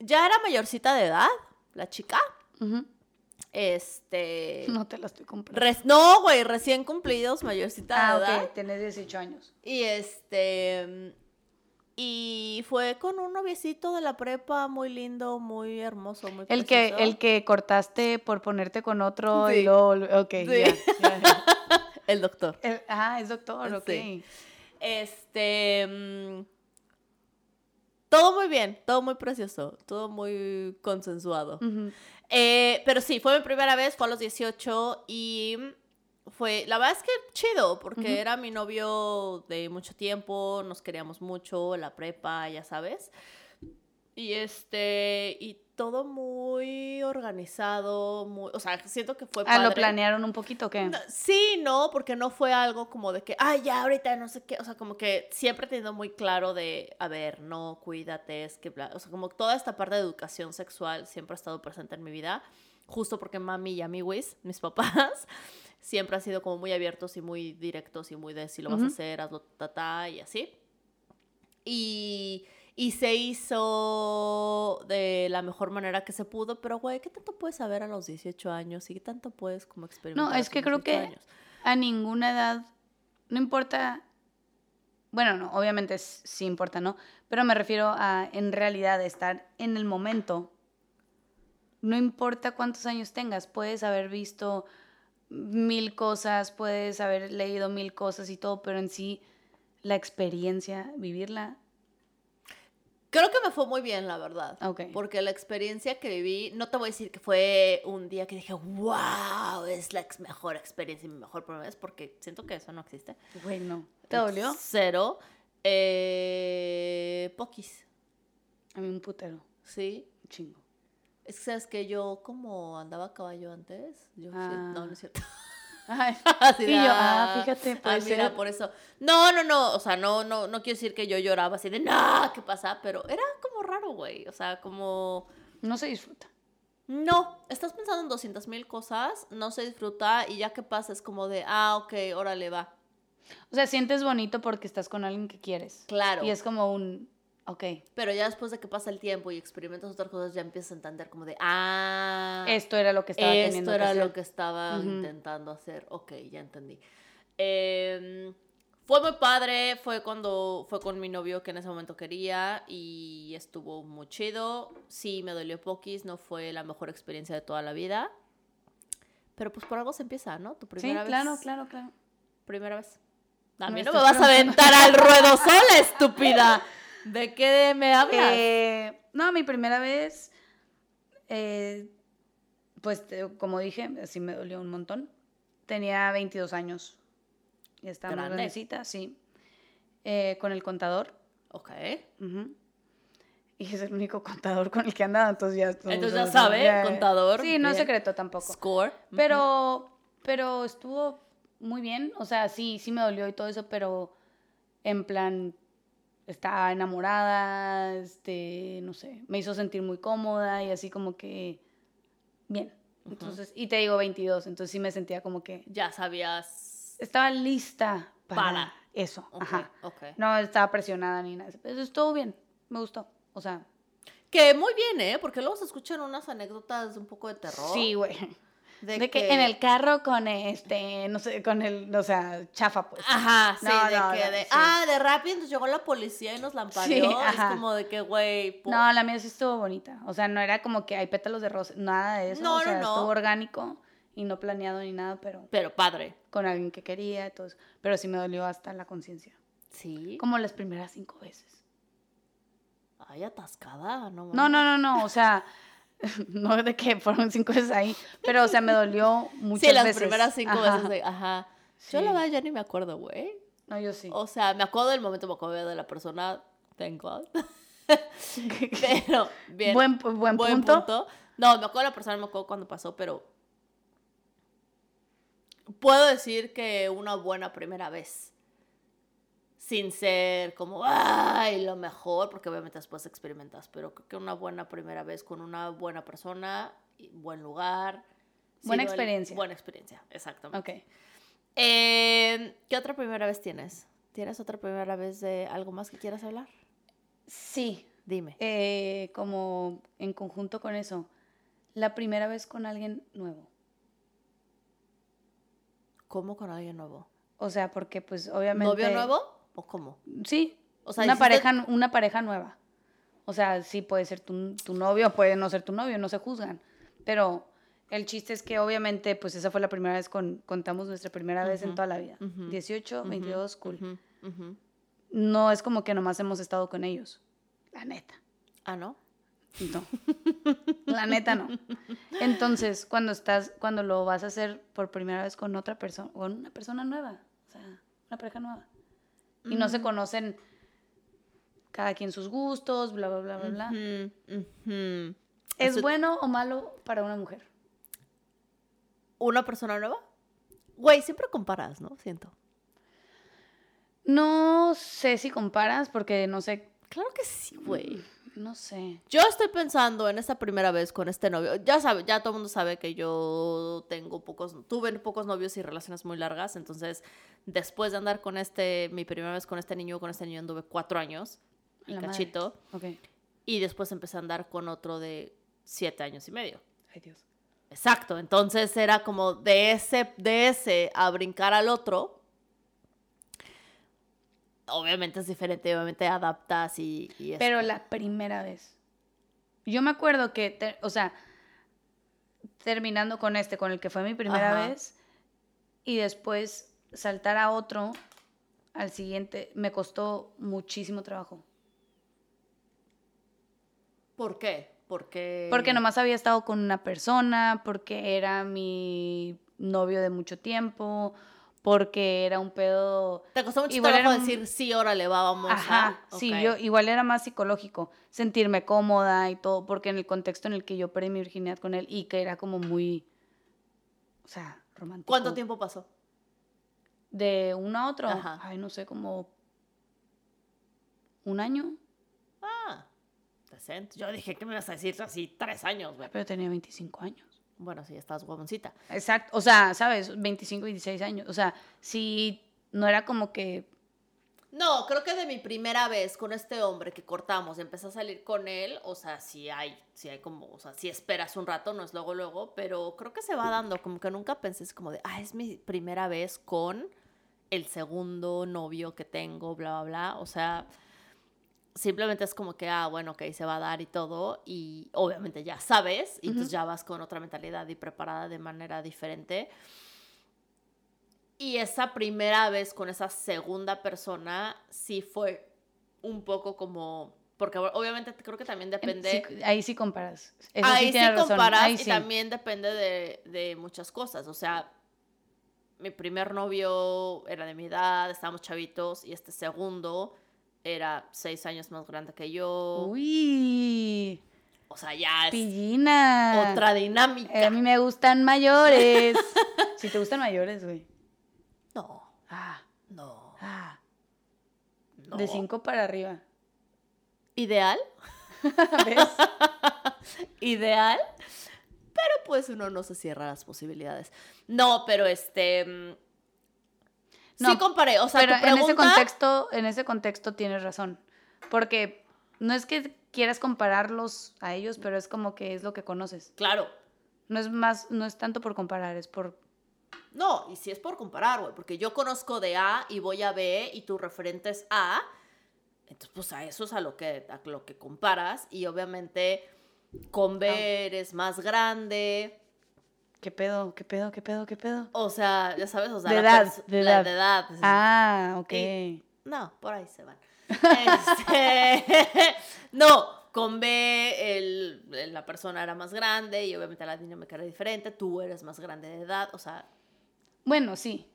ya era mayorcita de edad, la chica.
Ujú.
Este.
No te la estoy comprando.
res- no, güey, recién cumplidos, mayorcita de
Ah,
edad.
ok, tenés 18 años.
Y este. em, Y fue con un noviecito de la prepa muy lindo, muy hermoso, muy
El que,
precioso.
el que cortaste por ponerte con otro y
Sí.
luego... vol- Ok,
Sí.
ya, ya.
El doctor.
El- ah, es doctor,
Sí.
ok.
Este. mm, Todo muy bien, todo muy precioso, todo muy consensuado.
Ujú.
Eh, pero sí, fue mi primera vez, fue a los 18 y fue, la verdad es que chido, porque
Ujú.
era mi novio de mucho tiempo, nos queríamos mucho, la prepa, ya sabes. Y este, y todo muy organizado, muy, o sea, siento que fue
Ah,
padre.
¿lo planearon un poquito o qué?
No, sí, no, porque no fue algo como de que, ay, ya, ahorita no sé qué. O sea, como que siempre teniendo muy claro de, a ver, no, cuídate, es que, bla. O sea, como toda esta parte de educación sexual siempre ha estado presente en mi vida, justo porque mami y amiguis, mis papás, siempre han sido como muy abiertos y muy directos y muy de si lo vas a
Ujú.
hacer, hazlo, ta, ta, y así. Y, y se hizo de la mejor manera que se pudo, pero güey, ¿qué tanto puedes saber a los 18 años? ¿Y qué tanto puedes como experimentar?
es
a
que
tus 18
creo que-
años?
A ninguna edad, no importa, bueno, no, obviamente s- sí importa, ¿no? Pero me refiero a, en realidad, estar en el momento. No importa cuántos años tengas, puedes haber visto mil cosas, puedes haber leído mil cosas y todo, pero en sí, la experiencia, vivirla,
Creo que me fue muy bien, la verdad.
ok.
Porque la experiencia que viví, no te voy a decir que fue un día que dije, wow, es la ex- mejor experiencia y mi mejor primera vez, porque siento que eso no existe.
Güey, no. ¿Te dolió?
Cero. Eh, poquis.
A mí un putero,
Sí.
un chingo.
Es que sabes que yo como andaba a caballo antes, yo sí-
Ah.
no, no es cierto.
Ay,
Así
y
de,
yo, ah, fíjate,
ah,
puede
mira,
ser.
por eso. No, no, no, o sea, no, no, no quiero decir que yo lloraba así de, no, ¿qué pasa? Pero era como raro, güey, o sea, como,
No se disfruta.
no, estás pensando en 200 mil cosas, no se disfruta y ya que pasa es como de, ah, ok, órale, va.
O sea, sientes bonito porque estás con alguien que quieres.
Claro.
Y es como un, ok,
Pero ya después de que pasa el tiempo y experimentas otras cosas, ya empiezas a entender como de, ah,
esto era lo que estaba teniendo
Esto era
que hacer.
lo que estaba
Ujú.
intentando hacer. Ok, ya entendí. Em, fue muy padre, fue cuando fue con mi novio que en ese momento quería y estuvo muy chido. Sí, me dolió poquis, no fue la mejor experiencia de toda la vida. Pero pues por algo se empieza, ¿no? Tu
Sí,
primera vez.
claro, claro, claro.
Primera vez. A
No
mí no,
estás
me vas a
preguntando.
aventar al ruedo sola, estúpida. ¿De qué me hablas?
Eh, no, mi primera vez, eh, pues te- como dije, sí me dolió un montón. Tenía 22 años. Y estaba muy
Grande.
grandecita, sí. Eh, con el contador.
ok.
ujú. Y es el único contador con el que andaba, entonces ya...
Entonces ya sabe, contador,
Sí, no es
bien.
secreto tampoco.
Score.
Pero, pero estuvo muy bien. O sea, sí, sí me dolió y todo eso, pero en plan, estaba enamorada, este, no sé, me hizo sentir muy cómoda y así como que bien.
Ujú.
Entonces, y te digo 22, entonces sí me sentía como que
Ya sabías.
estaba lista para,
Para.
eso.
Ok,
Ajá.
ok.
No estaba presionada ni nada. Eso estuvo bien, me gustó. O sea,
Que muy bien, ¿eh? Porque luego se escuchan unas anécdotas un poco de terror.
sí, güey. De, que, en el carro con este, no sé, con el, o sea, chafa pues.
Ajá, sí,
No,
de
no,
que
no,
de...
sí.
Ah, de rápido nos llegó la policía y nos lampareó.
Sí,
es
ajá.
como de que, güey... po-
No, la mía sí estuvo bonita. O sea, no era como que hay pétalos de rosa, nada de eso.
No,
o sea,
no, no.
estuvo orgánico y no planeado ni nada, pero
Pero padre.
con alguien que quería y todo eso. Pero sí me dolió hasta la conciencia.
Sí.
Como las primeras cinco veces.
Ay, atascada, no
No, no, no, no. O sea, no de que fueron cinco veces ahí, pero o sea, me dolió muchas veces.
Sí, las primeras cinco
Ajá.
veces. de- Ajá. Yo
Sí.
la verdad ya ni me acuerdo, güey.
No, yo sí.
O sea, me acuerdo del momento, me acuerdo de la persona, thank God. Pero, bien.
Buen, buen,
Buen
punto.
No, me acuerdo de la persona, no me acuerdo cuando pasó, pero puedo decir que una buena primera vez. Sin ser como, ay, lo mejor, porque obviamente después experimentas, pero creo que una buena primera vez con una buena persona, y buen lugar. sí
Buena
duele-
experiencia.
Buena experiencia, exactamente.
Ok.
Eh, ¿Qué otra primera vez tienes? ¿Tienes otra primera vez de algo más que quieras hablar?
Sí,
Dime.
eh, como en conjunto con eso, la primera vez con alguien nuevo.
¿Cómo con alguien nuevo?
O sea, porque pues obviamente...
¿Novio nuevo o cómo?
Sí.
O sea,
una,
hiciste-
pareja, nu- una pareja nueva. O sea, sí puede ser tu, tu novio, puede no ser tu novio, no se juzgan. Pero el chiste es que obviamente, pues esa fue la primera vez, con, contamos nuestra primera vez en
Ujú,
toda la vida.
ujú,
18, 22, cool.
Ujú, ujú.
No es como que nomás hemos estado con ellos. La neta.
Ah, ¿no?
No. La neta no. Entonces, cuando estás, cuando lo vas a hacer por primera vez con otra persona, con una persona nueva, o sea, una pareja nueva. Y no
Mm.
se conocen cada quien sus gustos, bla, bla, bla, bla, bla.
Ujú, ujú.
¿Es
Eso-
bueno o malo para una mujer?
¿Una persona nueva? Güey, siempre comparas, ¿no? Siento.
No sé si comparas, porque no sé,
Claro que sí, güey.
no sé.
Yo estoy pensando en esta primera vez con este novio. Ya sabe, ya todo el mundo sabe que yo tengo pocos, tuve pocos novios y relaciones muy largas. Entonces, después de andar con este, mi primera vez con este niño, con este niño anduve cuatro años, y
La madre.
cachito.
Ok.
Y después empecé a andar con otro de siete años y medio.
Ay, Dios.
Exacto, entonces era como de ese, de ese a brincar al otro. Obviamente es diferente, obviamente adaptas y, y es-
Pero la primera vez. Yo me acuerdo que, te- o sea, terminando con este, con el que fue mi primera
Ajá.
vez, y después saltar a otro, al siguiente, me costó muchísimo trabajo.
¿Por qué? Porque...
Porque nomás había estado con una persona, porque era mi novio de mucho tiempo, porque era un pedo...
Te costó mucho
Igual
trabajo
era un-
decir, sí, órale, va, vamos.
Ajá,
a-".
sí,
Ok.
yo igual era más psicológico, sentirme cómoda y todo, porque en el contexto en el que yo perdí mi virginidad con él y que era como muy, o sea, romántico.
¿Cuánto tiempo pasó?
De uno a otro,
Ajá.
ay, no sé, como un año,
Ah, decente. Yo dije que me ibas a decir así tres años, güey.
pero tenía 25 años.
Bueno, sí, estás guaponcita.
Exacto, o sea, ¿sabes? 25, 26 años, o sea, sí, no era como que,
No, creo que de mi primera vez con este hombre que cortamos, empecé a salir con él, o sea, sí hay, sí hay como, o sea, sí esperas un rato, no es luego luego, pero creo que se va dando, como que nunca pensé es como de, ah, es mi primera vez con el segundo novio que tengo, bla, bla, bla, o sea, simplemente es como que, ah, bueno, ok, se va a dar y todo, y obviamente ya sabes, y entonces
Ujú.
ya vas con otra mentalidad y preparada de manera diferente. Y esa primera vez con esa segunda persona sí fue un poco como. Porque obviamente creo que también depende.
sí, ahí sí comparas. Eso
ahí sí,
tienes razón,
comparas
ahí
y
sí.
también depende de, de muchas cosas. O sea, mi primer novio era de mi edad, estábamos chavitos, y este segundo era seis años más grande que yo.
Uy,
O sea, ya es
pillina.
otra
Eh,
dinámica.
a mí me gustan mayores. si te gustan mayores, güey.
No,
Ah,
no,
ah.
no.
De cinco para arriba.
¿Ideal?
¿Ves?
ideal, pero pues uno no se cierra las posibilidades. No, pero este... mm, sí
No,
comparé, o sea,
Pero
tu
en ese
pregunta-
contexto, en ese contexto tienes razón. Porque no es que quieras compararlos a ellos, pero es como que es lo que conoces.
Claro,
No es más, no es tanto por comparar, es por
no, y si es por comparar, güey, porque yo conozco de A y voy a B y tu referente es A, entonces pues a eso es a lo que, a lo que comparas y obviamente con B
Ah.
eres más grande,
qué pedo, qué pedo, qué pedo, qué pedo.
o sea, ya sabes, o sea,
De
la
edad,
pers-
de
la
edad.
de edad. sí.
Ah, ok.
Y- No, por ahí se van. Este, no, con B el- el- la persona era más grande y obviamente la dinámica era diferente, tú eres más grande de edad, o sea,
Bueno, sí.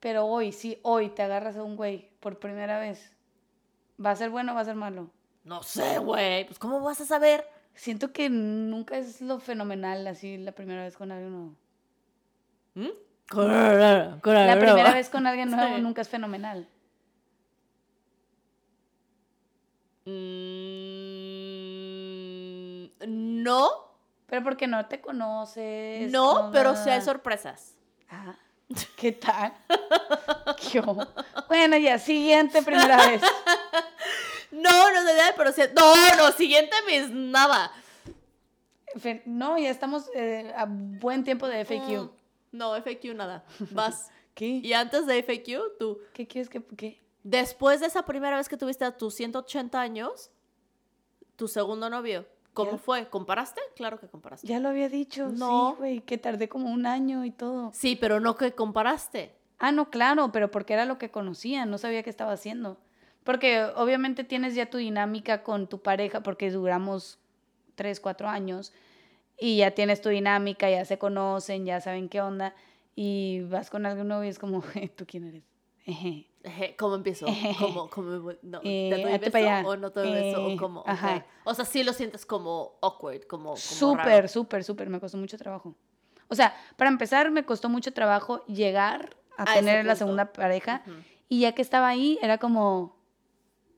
Pero hoy, sí, hoy te agarras a un güey por primera vez. ¿Va a ser bueno o va a ser malo?
no sé, güey, pues ¿cómo vas a saber?
Siento que nunca es lo fenomenal así la primera vez con alguien nuevo.
¿Mm?
La primera vez con alguien nuevo
Ah, Sí.
nunca es fenomenal.
Mm, no,
Pero porque no te conoces.
no, pero sí
se
hay sorpresas.
Ah, ¿Qué tal? Yo. Bueno, ya, siguiente primera vez.
No, no es de edad, pero sí. No, no, siguiente mis nada.
Fe- No, ya estamos eh, a buen tiempo de FAQ.
Mm, No, FAQ nada. Vas.
¿Qué?
Y antes de FAQ, tú,
¿Qué quieres que.? ¿Qué?
después de esa primera vez que tuviste a tus 180 años, tu segundo novio, ¿cómo
Ya.
fue? ¿Comparaste? Claro que comparaste.
Ya lo había dicho,
No.
sí, güey, que tardé como un año y todo.
Sí, pero no que comparaste.
Ah, no, claro, pero porque era lo que conocía, no sabía qué estaba haciendo. Porque obviamente tienes ya tu dinámica con tu pareja, porque duramos tres, cuatro años, y ya tienes tu dinámica, ya se conocen, ya saben qué onda, y vas con alguien nuevo y es como, "Eh, ¿tú quién eres? Eje.
Eje, ¿Cómo empiezo? ¿Cómo, cómo me voy? No,
Eh,
¿Te doy
hazte
beso
para allá.
o no te doy beso?
Eh,
¿O cómo? Ok.
ajá.
O sea, sí lo sientes como awkward, Oh, como, como
Súper,
raro.
súper, súper, me costó mucho trabajo. O sea, para empezar, me costó mucho trabajo llegar a,
A ese
tener la
punto.
segunda pareja,
Ujú.
y ya que estaba ahí, era como,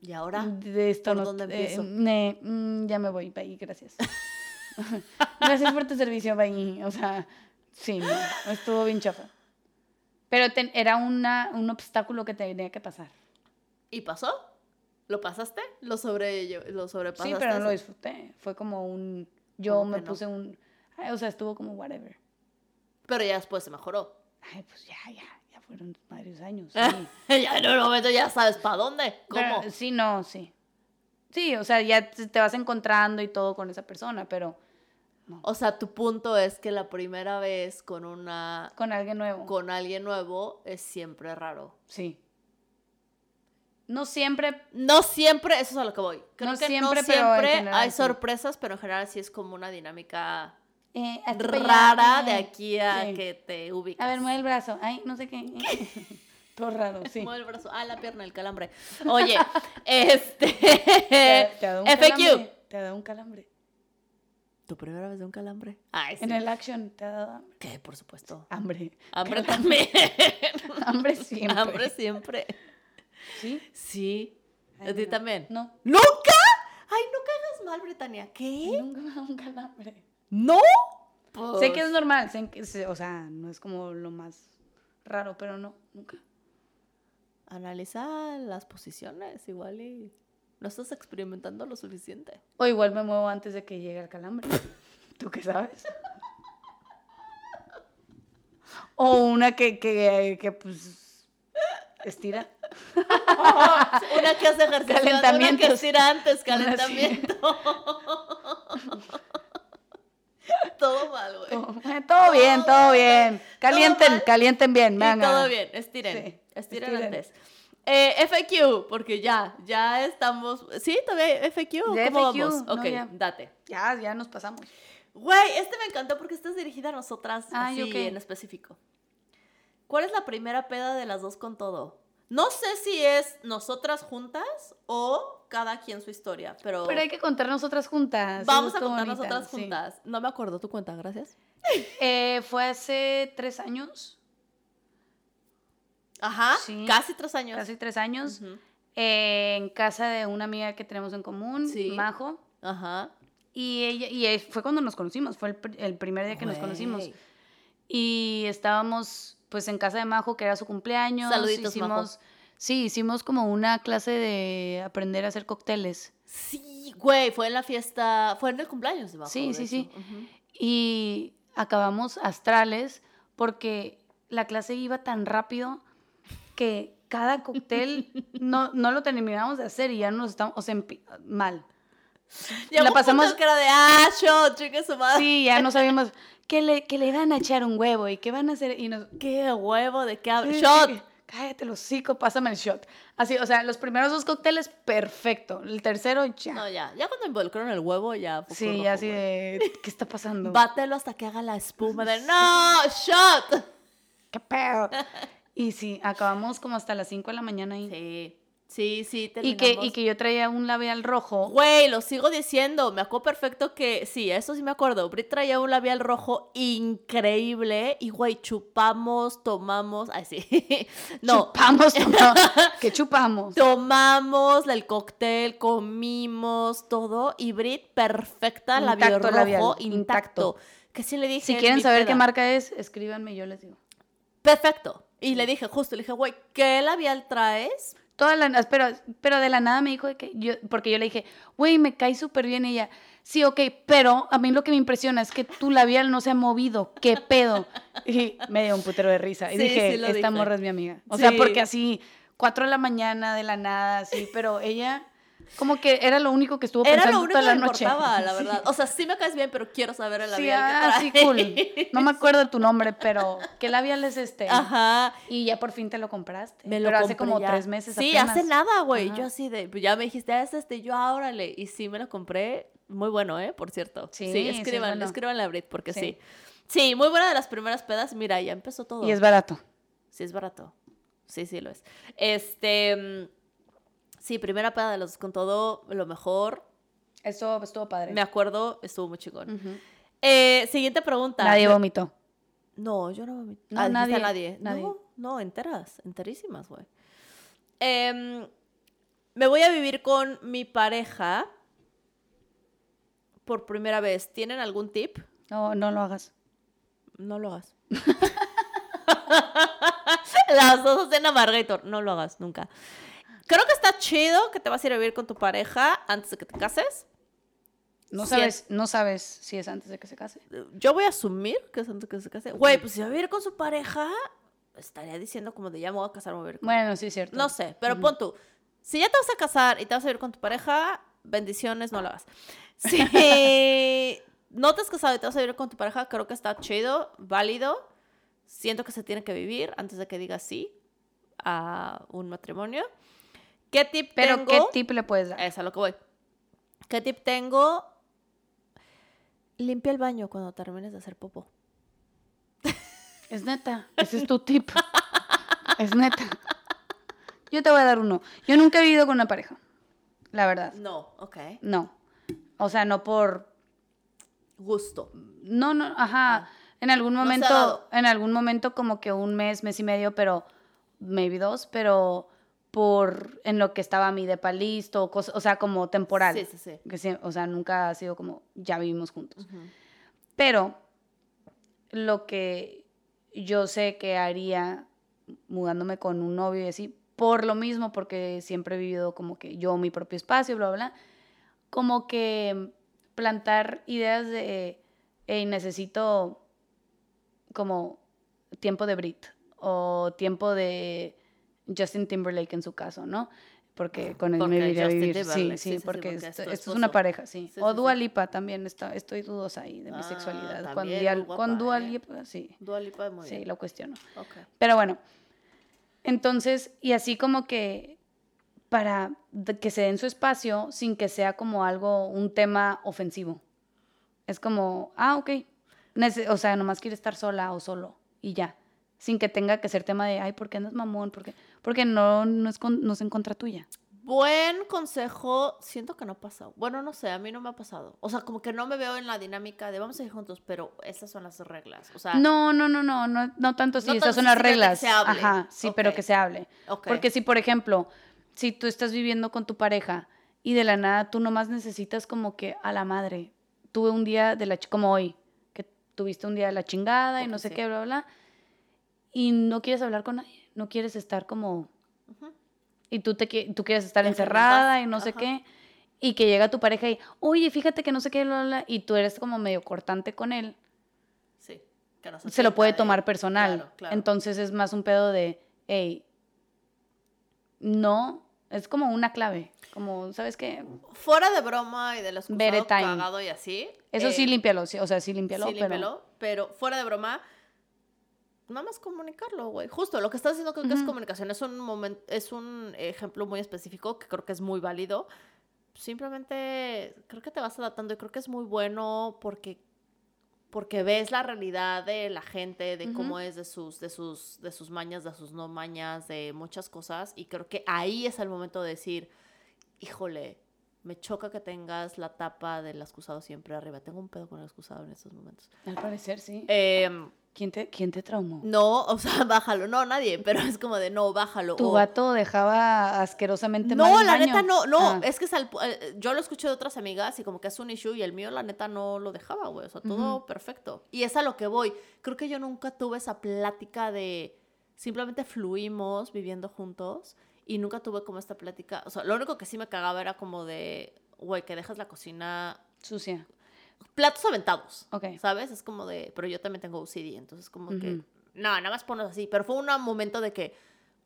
Y ahora,
de esto
¿Por
no-
dónde
eh,
empiezo?
ne- mm, ya me voy, bye, gracias. gracias por tu servicio, bye. O sea, sí, no, estuvo bien chafa. Pero ten- era una, un obstáculo que tenía que pasar.
¿y pasó? ¿Lo pasaste? ¿Lo, sobre, lo sobrepasaste?
Sí, pero no
eso?
lo disfruté. Fue como un... Yo
¿Cómo
me
que no?
puse un... ay, o sea, estuvo como whatever.
Pero ya después se mejoró.
Ay, pues ya, ya, ya fueron varios años. Sí,
ya en un momento ya sabes para dónde. ¿Cómo?
Pero- sí no, sí. Sí, o sea, ya te te vas encontrando y todo con esa persona, pero
O sea, tu punto es que la primera vez con una
con alguien nuevo.
con alguien nuevo es siempre raro.
Sí. No siempre,
No siempre, eso es a lo que voy. Creo
No
que no
siempre, pero en
siempre
general
hay
sí.
sorpresas, pero en general sí es como una dinámica
eh, hazte pa' allá,
rara de
eh,
aquí a
sí.
que te ubicas.
A ver, mueve el brazo. Ay, no sé qué. Todo raro, sí.
Mueve el brazo. Ah, la pierna, el calambre. Oye, este.
Te- te da un
FAQ.
calambre, Te da un calambre.
¿Tu primera vez de un calambre? Ay, sí.
En el action te ha dado
Que, por supuesto.
hambre.
Hambre también.
Hambre siempre.
Hambre siempre.
¿Sí?
Sí.
Ay,
¿A ti
no.
también?
No,
¿Nunca? Ay, no cagas mal, Britannia. ¿Qué? Pues
nunca me ha dado un calambre.
¿No?
Sé que es normal, sé que- sé- o sea, no es como lo más raro, pero no, nunca.
Analiza las posiciones igual y no estás experimentando lo suficiente.
O igual me muevo antes de que llegue el calambre. ¿Tú qué sabes? O una que, que, que pues, estira.
Una que hace ejercicio, una que
Ah. Calentamientos.
estira antes,
Una sí.
calentamiento. todo mal, güey.
Todo, Eh, todo bien, todo bien. Calienten,
Oh. mal.
calienten bien,
Y
me dan
todo
ganas.
bien, estiren,
Sí,
estiren,
estiren.
antes. Eh, FAQ, porque ya, ya estamos. Sí, todavía FAQ.
Ya
¿Cómo
FAQ,
vamos?
no,
ok,
ya.
date.
Ya, ya nos pasamos.
Güey, este me encantó porque esta es dirigida a nosotras,
Ay,
así
Ah, ok.
en específico. ¿Cuál es la primera peda de las dos con todo? No sé si es nosotras juntas o cada quien su historia, pero,
Pero hay que contar nosotras juntas. eso
vamos a
estuvo
contar
bonita,
nosotras
sí.
juntas. No me acuerdo tu cuenta, gracias.
Eh, fue hace tres años,
Ajá,
Sí.
casi tres años.
casi tres años,
Ujú.
eh, en casa de una amiga que tenemos en común,
Sí.
Majo.
Ajá.
Y, ella, y eh, fue cuando nos conocimos, fue el, pr- el primer día que nos conocimos. Y estábamos pues en casa de Majo, que era su cumpleaños.
Saluditos, Majo.
hicimos, Sí, hicimos como una clase de aprender a hacer cócteles.
Sí, güey, fue en la fiesta, fue en el cumpleaños de Majo,
Sí,
de
sí,
hecho.
sí.
Ujú.
Y acabamos astrales porque la clase iba tan rápido que cada cóctel no, no lo terminábamos de hacer y ya nos estábamos, o sea, empi- mal.
Llegó
La
un punto
pasamos-
que era de, ah, shot, chingue su madre.
Sí, ya no sabíamos que le, que le van a echar un huevo y qué van a hacer. Y nos,
Qué huevo, de qué habla.
Sí,
Shot.
sí, Cállate los hocico, pásame el shot. Así, o sea, los primeros dos cócteles, perfecto. El tercero, ya.
No, ya, ya cuando involucraron el huevo, ya. fue
sí,
rojo,
ya así
güey.
de, ¿qué está pasando?
Bátelo hasta que haga la espuma de no, shot.
¿Qué pedo? Y sí, acabamos como hasta las 5 de la mañana ahí.
Sí, sí, sí,
y,
terminamos.
que, y que yo traía un labial rojo.
Güey, lo sigo diciendo, me acuerdo perfecto que, sí, eso sí me acuerdo, Brit traía un labial rojo increíble y, güey, chupamos, tomamos, ay, sí, no,
Chupamos, tomamos. que chupamos.
tomamos el cóctel, comimos todo y Brit perfecta, labial
Intacto,
rojo,
labial,
intacto.
intacto.
Que sí le dije.
Si
en
quieren
mi
saber qué
peda.
marca es, escríbanme, yo les digo.
Perfecto. Y le dije, justo, le dije, güey, ¿qué labial traes?
Toda la, ah, pero, pero de la nada me dijo de que yo, porque yo le dije, güey, me cae súper bien y ella. Sí, ok, pero a mí lo que me impresiona es que tu labial no se ha movido, qué pedo. Y me dio un putero de risa. Y
Sí,
dije,
sí lo
esta
dije.
morra es mi amiga. O
Sí.
sea, porque así, cuatro de la mañana, de la nada, así, pero ella, como que era lo único que estuvo pensando
Era lo único
toda
que
la
me
noche.
importaba, la
Sí.
verdad. O sea, sí me caes bien, pero quiero saber el
Sí,
labial
ah, sí,
que traes.
cool. No me acuerdo de tu nombre, pero ¿qué labial es este?
Ajá.
Y ya por fin te lo compraste.
Me lo
pero hace
compré
como
ya.
tres meses
Sí,
apenas.
hace nada, güey.
Ajá.
Yo así de, pues ya me dijiste, "Ah, es este, yo árale. Y sí me lo compré. Muy bueno, ¿eh? Por cierto. Sí,
Sí, sí es
escriban,
bueno.
escriban la Brit, porque sí.
Sí.
sí. muy buena de las primeras pedas. Mira, ya empezó todo.
Y es barato.
Sí, es barato. Sí, sí, lo es. Este. mm, Sí, primera peda de los con todo, lo mejor.
Eso estuvo padre.
Me acuerdo, estuvo muy chingón.
Ujú.
Eh, siguiente pregunta.
Mm. Nadie vomitó.
No, yo no vomi-
No,
ah, dijiste a nadie.
nadie, nadie.
No, no, enteras, enterísimas, güey. Em, me voy a vivir con mi pareja por primera vez. ¿Tienen algún tip?
No, no lo hagas.
No lo hagas. Las dos hacen amargator. No lo hagas nunca. Creo que está chido que te vas a ir a vivir con tu pareja antes de que te cases.
No
Sí.
sabes, no sabes si es antes de que se case.
Yo voy a asumir que es antes de que se case. Güey, pues si va a vivir con su pareja, estaría diciendo como de ya me voy a casar, me voy a vivir con
Bueno, sí es cierto.
No sé, pero
Ujú.
pon tú. Si ya te vas a casar y te vas a ir con tu pareja, bendiciones, no lo hagas. Si no te has casado y te vas a ir con tu pareja, creo que está chido, válido. Siento que se tiene que vivir antes de que digas sí a un matrimonio. ¿Qué tip
Pero
tengo?
¿qué tip le puedes dar?
Es a lo que voy. ¿Qué tip tengo? Limpia el baño cuando termines de hacer popó.
Es neta, ese es tu tip. Es neta. Yo te voy a dar uno. Yo nunca he vivido con una pareja, la verdad.
No, ok.
No. O sea, no por...
Gusto.
No, no, ajá. En algún
Ah. se ha
momento,
dado.
en algún momento como que un mes, mes y medio, pero maybe dos, pero por en lo que estaba mi depa listo, o cos- o sea, como temporal.
Sí, sí, sí.
Que sí, o sea, nunca ha sido como ya vivimos juntos.
Ujú.
Pero lo que yo sé que haría mudándome con un novio y así, por lo mismo, porque siempre he vivido como que yo mi propio espacio, bla, bla, bla, como que plantar ideas de, hey, necesito como tiempo de Brit o tiempo de Justin Timberlake en su caso, ¿no? Porque con él
Porque
me iría a
Justin
vivir.
Timberlake,
Sí,
sí,
sí,
sí, sí,
porque,
porque es
esto,
tu
esto es una
esposo.
pareja,
Sí,
sí. o
sí, sí.
Dua Lipa también, está, estoy dudosa ahí de mi
Ah,
sexualidad. Con,
también,
Dua-
muy guapa,
con Dua
¿eh?
Lipa, pues, sí,
Dua Lipa, muy
sí,
bien.
lo cuestiono.
Ok.
Pero bueno, entonces, y así como que para de- que se den su espacio sin que sea como algo, un tema ofensivo. Es como, ah, ok. Nece- o sea, nomás quiere estar sola o solo y ya. Sin que tenga que ser tema de, ay, ¿por qué andas mamón? ¿Por qué? Porque no, no, es con- no es en contra tuya.
Buen consejo. Siento que no ha pasado. Bueno, no sé, a mí no me ha pasado. O sea, como que no me veo en la dinámica de vamos a ir juntos, pero esas son las reglas. O sea,
No, no, no, no, no, no tanto si
No
esas
tanto,
son las
sino que
reglas.
se hable.
Ajá, sí, pero
Ok.
que se hable.
ok.
Porque si, por ejemplo, si tú estás viviendo con tu pareja y de la nada tú nomás necesitas como que a la madre, tuve un día de la ch- como hoy, que tuviste un día de la chingada y
Ok,
no sé
sí.
qué, bla, bla, y no quieres hablar con nadie, no quieres estar como,
Ujú.
y tú, te, qui- tú quieres estar
Déjame en
encerrada
paz,
y no sé
ajá.
qué, y que llega tu pareja y, oye, fíjate que no sé qué, bla, bla, bla", y tú eres como medio cortante con él,
Sí. que no
se lo puede
sienta, ¿eh?
tomar personal.
Claro, claro.
Entonces es más un pedo de, hey, no, es como una clave, como, ¿sabes qué?
Fuera de broma y del
Bere
excusado
time.
cagado y así.
Eso sí
eh,
límpialo, sí, o sea, sí límpialo,
Sí,
pero...
límpialo, pero fuera de broma, nada más comunicarlo, güey. Justo, lo que estás diciendo creo que es
Ujú.
comunicación. Es un momento, es un ejemplo muy específico que creo que es muy válido. Simplemente creo que te vas adaptando y creo que es muy bueno porque porque ves la realidad de la gente, de cómo
Ujú.
es, de sus, de sus, de sus mañas, de sus no mañas, de muchas cosas. Y creo que ahí es el momento de decir, híjole, me choca que tengas la tapa del excusado siempre arriba. Tengo un pedo con el excusado en estos momentos.
Al parecer, sí.
Em,
¿Quién, te, ¿Quién te traumó?
no, o sea, bájalo. No, nadie, pero es como de no, bájalo.
Tu
o-
vato dejaba asquerosamente mal
No,
el
la
baño?
neta no, no,
Ah,
es que es al pu- eh, yo lo escuché de otras amigas y como que es un issue y el mío la neta no lo dejaba, güey, o sea, todo
Ujú.
perfecto. Y es a lo que voy. Creo que yo nunca tuve esa plática de simplemente fluimos viviendo juntos y nunca tuve como esta plática, o sea, lo único que sí me cagaba era como de, güey, que dejas la cocina
Sucia.
platos aventados.
Ok.
¿Sabes? Es como de. Pero yo también tengo OCD, entonces como que.
Ujú.
No, nada más ponlos así. Pero fue un momento de que,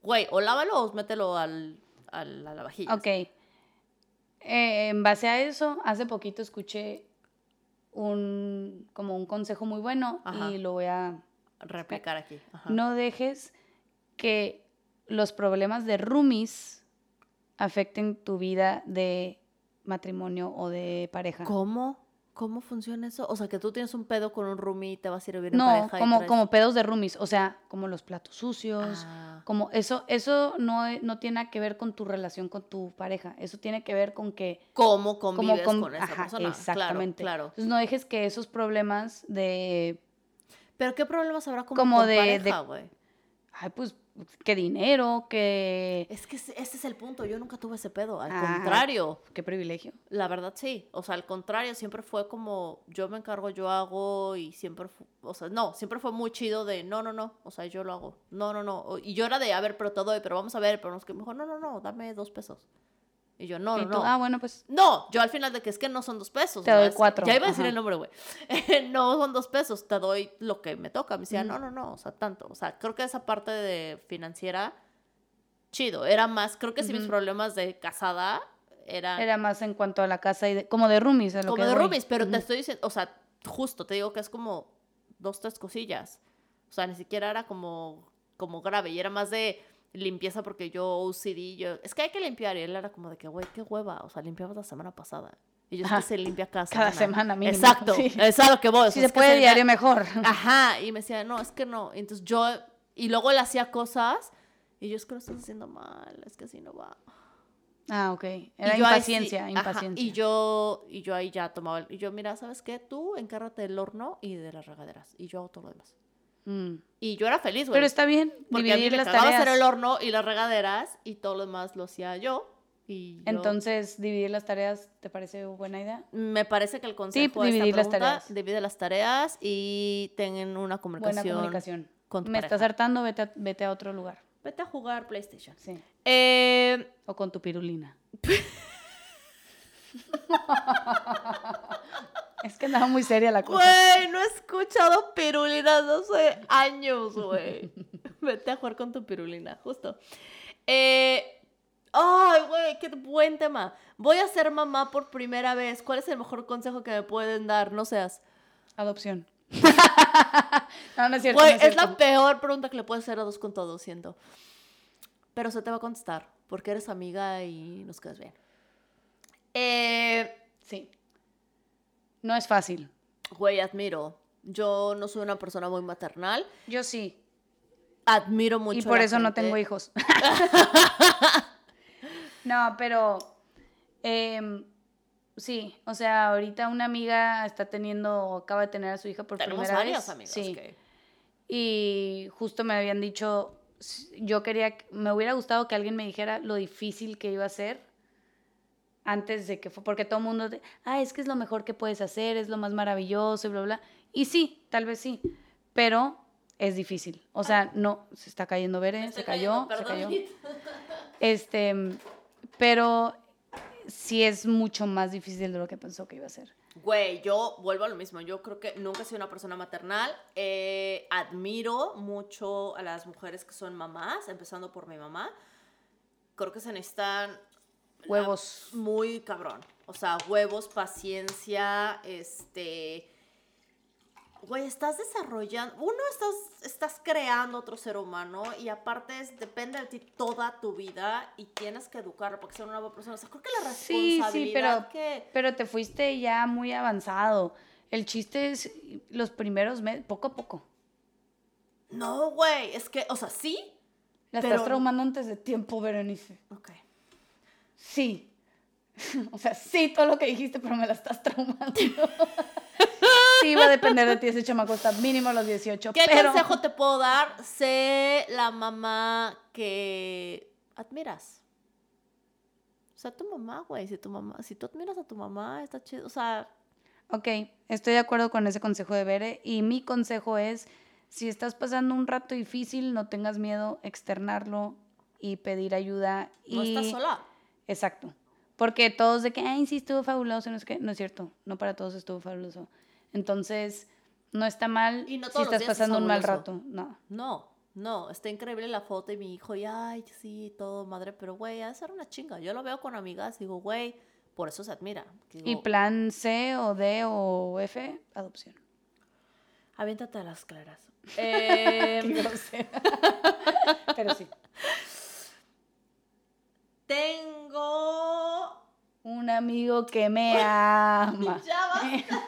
güey, o lávalo o mételo al, al, a la vajilla.
Ok. Eh, en base a eso, hace poquito escuché un, como un consejo muy bueno
Ajá.
y lo voy a
Replicar aquí. Ajá.
no dejes que los problemas de roomies afecten tu vida de matrimonio o de pareja.
¿Cómo? ¿Cómo funciona eso? O sea, que tú tienes un pedo con un roomie y te vas a ir a vivir en
No,
pareja. y
como,
traes-
como pedos de roomies, o sea, como los platos sucios,
Ah,
como eso, eso no, e- no tiene nada que ver con tu relación con tu pareja, eso tiene que ver con que...
¿Cómo convives
con-
con esa
ajá,
persona?
Exactamente.
Claro, claro.
Entonces no dejes que esos problemas de
Pero ¿qué problemas habrá como,
Como
con
de-
pareja,
de-
güey?
ay, pues, que dinero, que...
Es que ese ese es el punto. Yo nunca tuve ese pedo. Al
Ah.
contrario.
Qué privilegio.
La verdad sí, o sea, al contrario, siempre fue como yo me encargo, yo hago y siempre, fu- o sea, no, siempre fue muy chido de no, no, no, o sea, yo lo hago, no, no, no, o- y yo era de, a ver, pero te doy, pero vamos a ver, pero no es que mejor, no, no, no, dame dos pesos. Y yo, no, no,
Y tú,
no.
Ah, bueno, pues
No, yo al final de que es que no son dos pesos.
Te
¿no?
doy
Es-
cuatro,
Ya iba a decir
ajá.
el nombre, güey. no son dos pesos, te doy lo que me toca. Me decía,
Ujú.
no, no, no, o sea, tanto. O sea, creo que esa parte de financiera, chido. Era más, creo que si mis
Ujú.
problemas de casada eran
Era más en cuanto a la casa y de- como de roomies. a lo
como
que
de
voy.
roomies, pero te
Ujú.
estoy diciendo, o sea, justo te digo que es como dos, tres cosillas. O sea, ni siquiera era como, como grave y era más de limpieza porque yo OCD, yo, es que hay que limpiar y él era como de que, güey, qué hueva, o sea, limpiamos la semana pasada. Ellos
Ajá.
que se limpia cada semana.
Cada semana mínimo,
Exacto.
sí.
Es a lo que voy. o sea,
Si
es
se
que Ah.
puede
limpia-
diario mejor.
Ajá, y me decía, no, es que no. Entonces yo, y luego él hacía cosas, y yo es que lo estás haciendo mal, es que así no va.
Ah, ok. Era
Y yo ahí
impaciencia,
sí, ajá,
impaciencia.
y yo, y yo ahí ya tomaba, el- y yo, mira, ¿sabes qué? Tú encárgate del horno y de las regaderas, y yo hago todo lo demás.
Mm.
Y yo era feliz, güey.
Pero está bien
pues, porque a mí
dividir
me
las
cagaba
tareas.
hacer el horno y las regaderas, y todo lo demás lo hacía yo. Y yo-
Entonces, dividir las tareas, ¿te parece buena idea?
me parece que el consejo
Tip,
de esta
dividir las
pregunta,
tareas.
divide las tareas y tengan una
Buena
comunicación.
comunicación.
con tu
Me
pareja.
estás hartando, vete a, vete a otro lugar.
Vete a jugar PlayStation.
Sí.
Eh,
O con tu pirulina. es que andaba muy seria la cosa.
Güey, no he escuchado pirulinas hace años, güey. Vete a jugar con tu pirulina, justo. Eh, Ay, güey, qué buen tema. Voy a ser mamá por primera vez. ¿Cuál es el mejor consejo que me pueden dar? No seas.
Adopción. no, no es cierto.
Güey,
no es
es
cierto.
la peor pregunta que le puedes hacer a dos con todo, siento. Pero se te va a contestar, porque eres amiga y nos quedas bien. Eh,
Sí. No es fácil.
güey, admiro. Yo no soy una persona muy maternal.
Yo sí.
Admiro mucho.
Y
a
por
la
eso no
gente.
tengo hijos. no, pero em, sí, o sea, ahorita una amiga está teniendo, acaba de tener a su hija por
Tenemos
primera
varias
vez.
amigas
sí.
que-
Y justo me habían dicho, s- yo quería, que- me hubiera gustado que alguien me dijera lo difícil que iba a ser antes de que fue, porque todo el mundo, de, ah, es que es lo mejor que puedes hacer, es lo más maravilloso y bla, bla. Y sí, tal vez sí, pero es difícil. O sea, no, se está cayendo Beren, se cayó, se cayó. Este, pero sí es mucho más difícil de lo que pensó que iba a ser.
Güey, yo vuelvo a lo mismo. Yo creo que nunca he sido una persona maternal. Eh, admiro mucho a las mujeres que son mamás, empezando por mi mamá. Creo que se necesitan
Huevos.
muy cabrón. O sea, huevos, paciencia, este... Güey, estás desarrollando, uno estás, estás creando otro ser humano y aparte es- depende de ti toda tu vida y tienes que educarlo porque ser una buena persona. O sea, creo que la
Sí,
responsabilidad
sí, pero,
que...
pero te fuiste ya muy avanzado. El chiste es los primeros meses, poco a poco.
No, güey, es que, o sea, sí.
La
Pero-
estás traumando antes de tiempo, Berenice.
Ok.
Sí. O sea, sí, todo lo que dijiste, pero me la estás traumando. sí, va a depender de ti. Ese chamaco está mínimo a los 18.
¿Qué
pero...
consejo te puedo dar? Sé la mamá que admiras. O sea, tu mamá, güey, si tu mamá, si tú admiras a tu mamá, está chido, o sea,
Ok, estoy de acuerdo con ese consejo de Bere y mi consejo es, si estás pasando un rato difícil, no tengas miedo externarlo y pedir ayuda. Y...
no estás sola.
Exacto. Porque todos de que, ay, sí, estuvo fabuloso, no es que, no es cierto, no para todos estuvo fabuloso. Entonces, no está mal
Y no
si
todos los
estás
días es
pasando un mal
fabuloso.
rato, no.
No, no, está increíble la foto y mi hijo, y ay, sí, todo madre, pero güey, ha de ser una chinga. Yo lo veo con amigas, digo, güey, por eso se admira.
Y
Digo,
plan C o D o F, adopción.
Aviéntate a las claras. Eh,
Qué grosera. Em, Pero sí.
tengo
Un amigo que me ama.
Ya
Eh.
basta.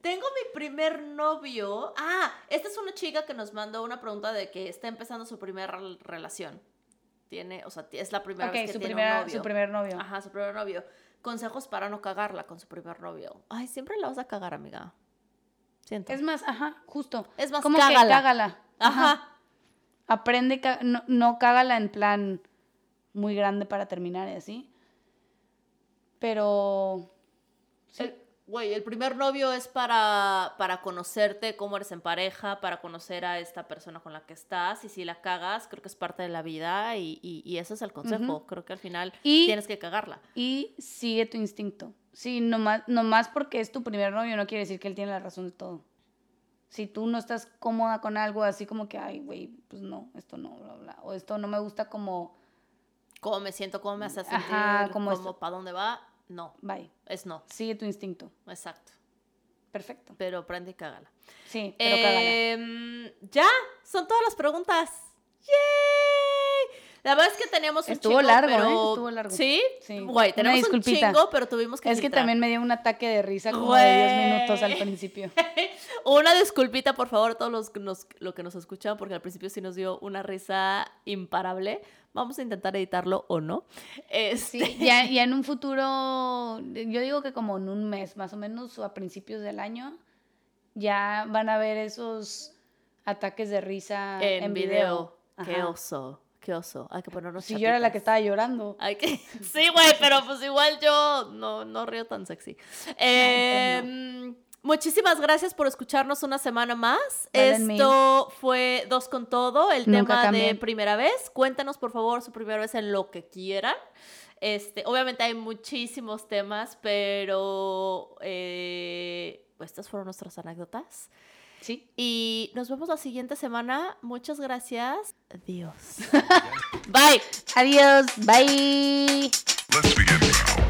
Tengo mi primer novio. Ah, esta es una chica que nos mandó una pregunta de que está empezando su primera rel- relación. Tiene, o sea, es la primera
ok,
vez que
su,
tiene
primera,
un novio.
su primer novio.
Ajá, su primer novio. Consejos para no cagarla con su primer novio. Ay, siempre la vas a cagar, amiga. Siento.
Es
Es,
más, ajá, justo.
más,
Como que
cágala.
cágala.
Ajá.
Aprende, ca- no, no cágala en plan muy grande para terminar y así. Pero. Sí.
El- Güey, el primer novio es para, para conocerte, cómo eres en pareja, para conocer a esta persona con la que estás. Y si la cagas, creo que es parte de la vida y, y, y ese es el consejo.
Ujú.
Creo que al final
Y-
tienes que cagarla.
Y sigue tu instinto. Sí, nomás, nomás porque es tu primer novio no quiere decir que él tiene la razón de todo. Si tú no estás cómoda con algo así como que, ay, güey, pues no, esto no, bla, bla. O esto no me gusta como,
Cómo me siento, cómo me hace sentir,
Ajá,
cómo,
como esto.
para dónde va. No,
bye.
es no.
Sigue tu instinto.
Exacto.
Perfecto.
Pero aprende y cágala.
Sí,
Eh,
pero cágala.
Em, ya, son todas las preguntas. ¡Yay! La verdad es que teníamos un
Estuvo
chingo,
largo,
pero...
¿eh? Estuvo largo.
¿Sí?
Sí.
Güey,
Una
tenemos un
disculpita.
chingo, pero tuvimos que
Es que
filtrar.
también me dio un ataque de risa como de 10 minutos al
Güey.
principio.
Una disculpita, por favor, a todos los, que nos, lo que nos escuchan, porque al principio sí nos dio una risa imparable. Vamos a intentar editarlo o no. Este,
Sí, ya, ya en un futuro, yo digo que como en un mes, más o menos, o a principios del año, ya van a ver esos ataques de risa
en,
en,
video. Qué
Ajá.
oso, qué oso. Hay que ponernos
Si yo era la que
chapitas.
estaba llorando.
Ay, que- Sí, güey, pero pues igual yo no, no río tan sexy. Eh, Muchísimas gracias por escucharnos una semana más.
Párenme.
Esto fue Dos con Todo, el
Nunca
tema de
cambien.
primera vez. Cuéntanos, por favor, su primera vez en lo que quieran. Este, obviamente hay muchísimos temas, pero eh, pues estas fueron nuestras anécdotas.
Sí.
Y nos vemos la siguiente semana. Muchas gracias. Adiós. Bye.
Adiós. Bye.
Let's begin now.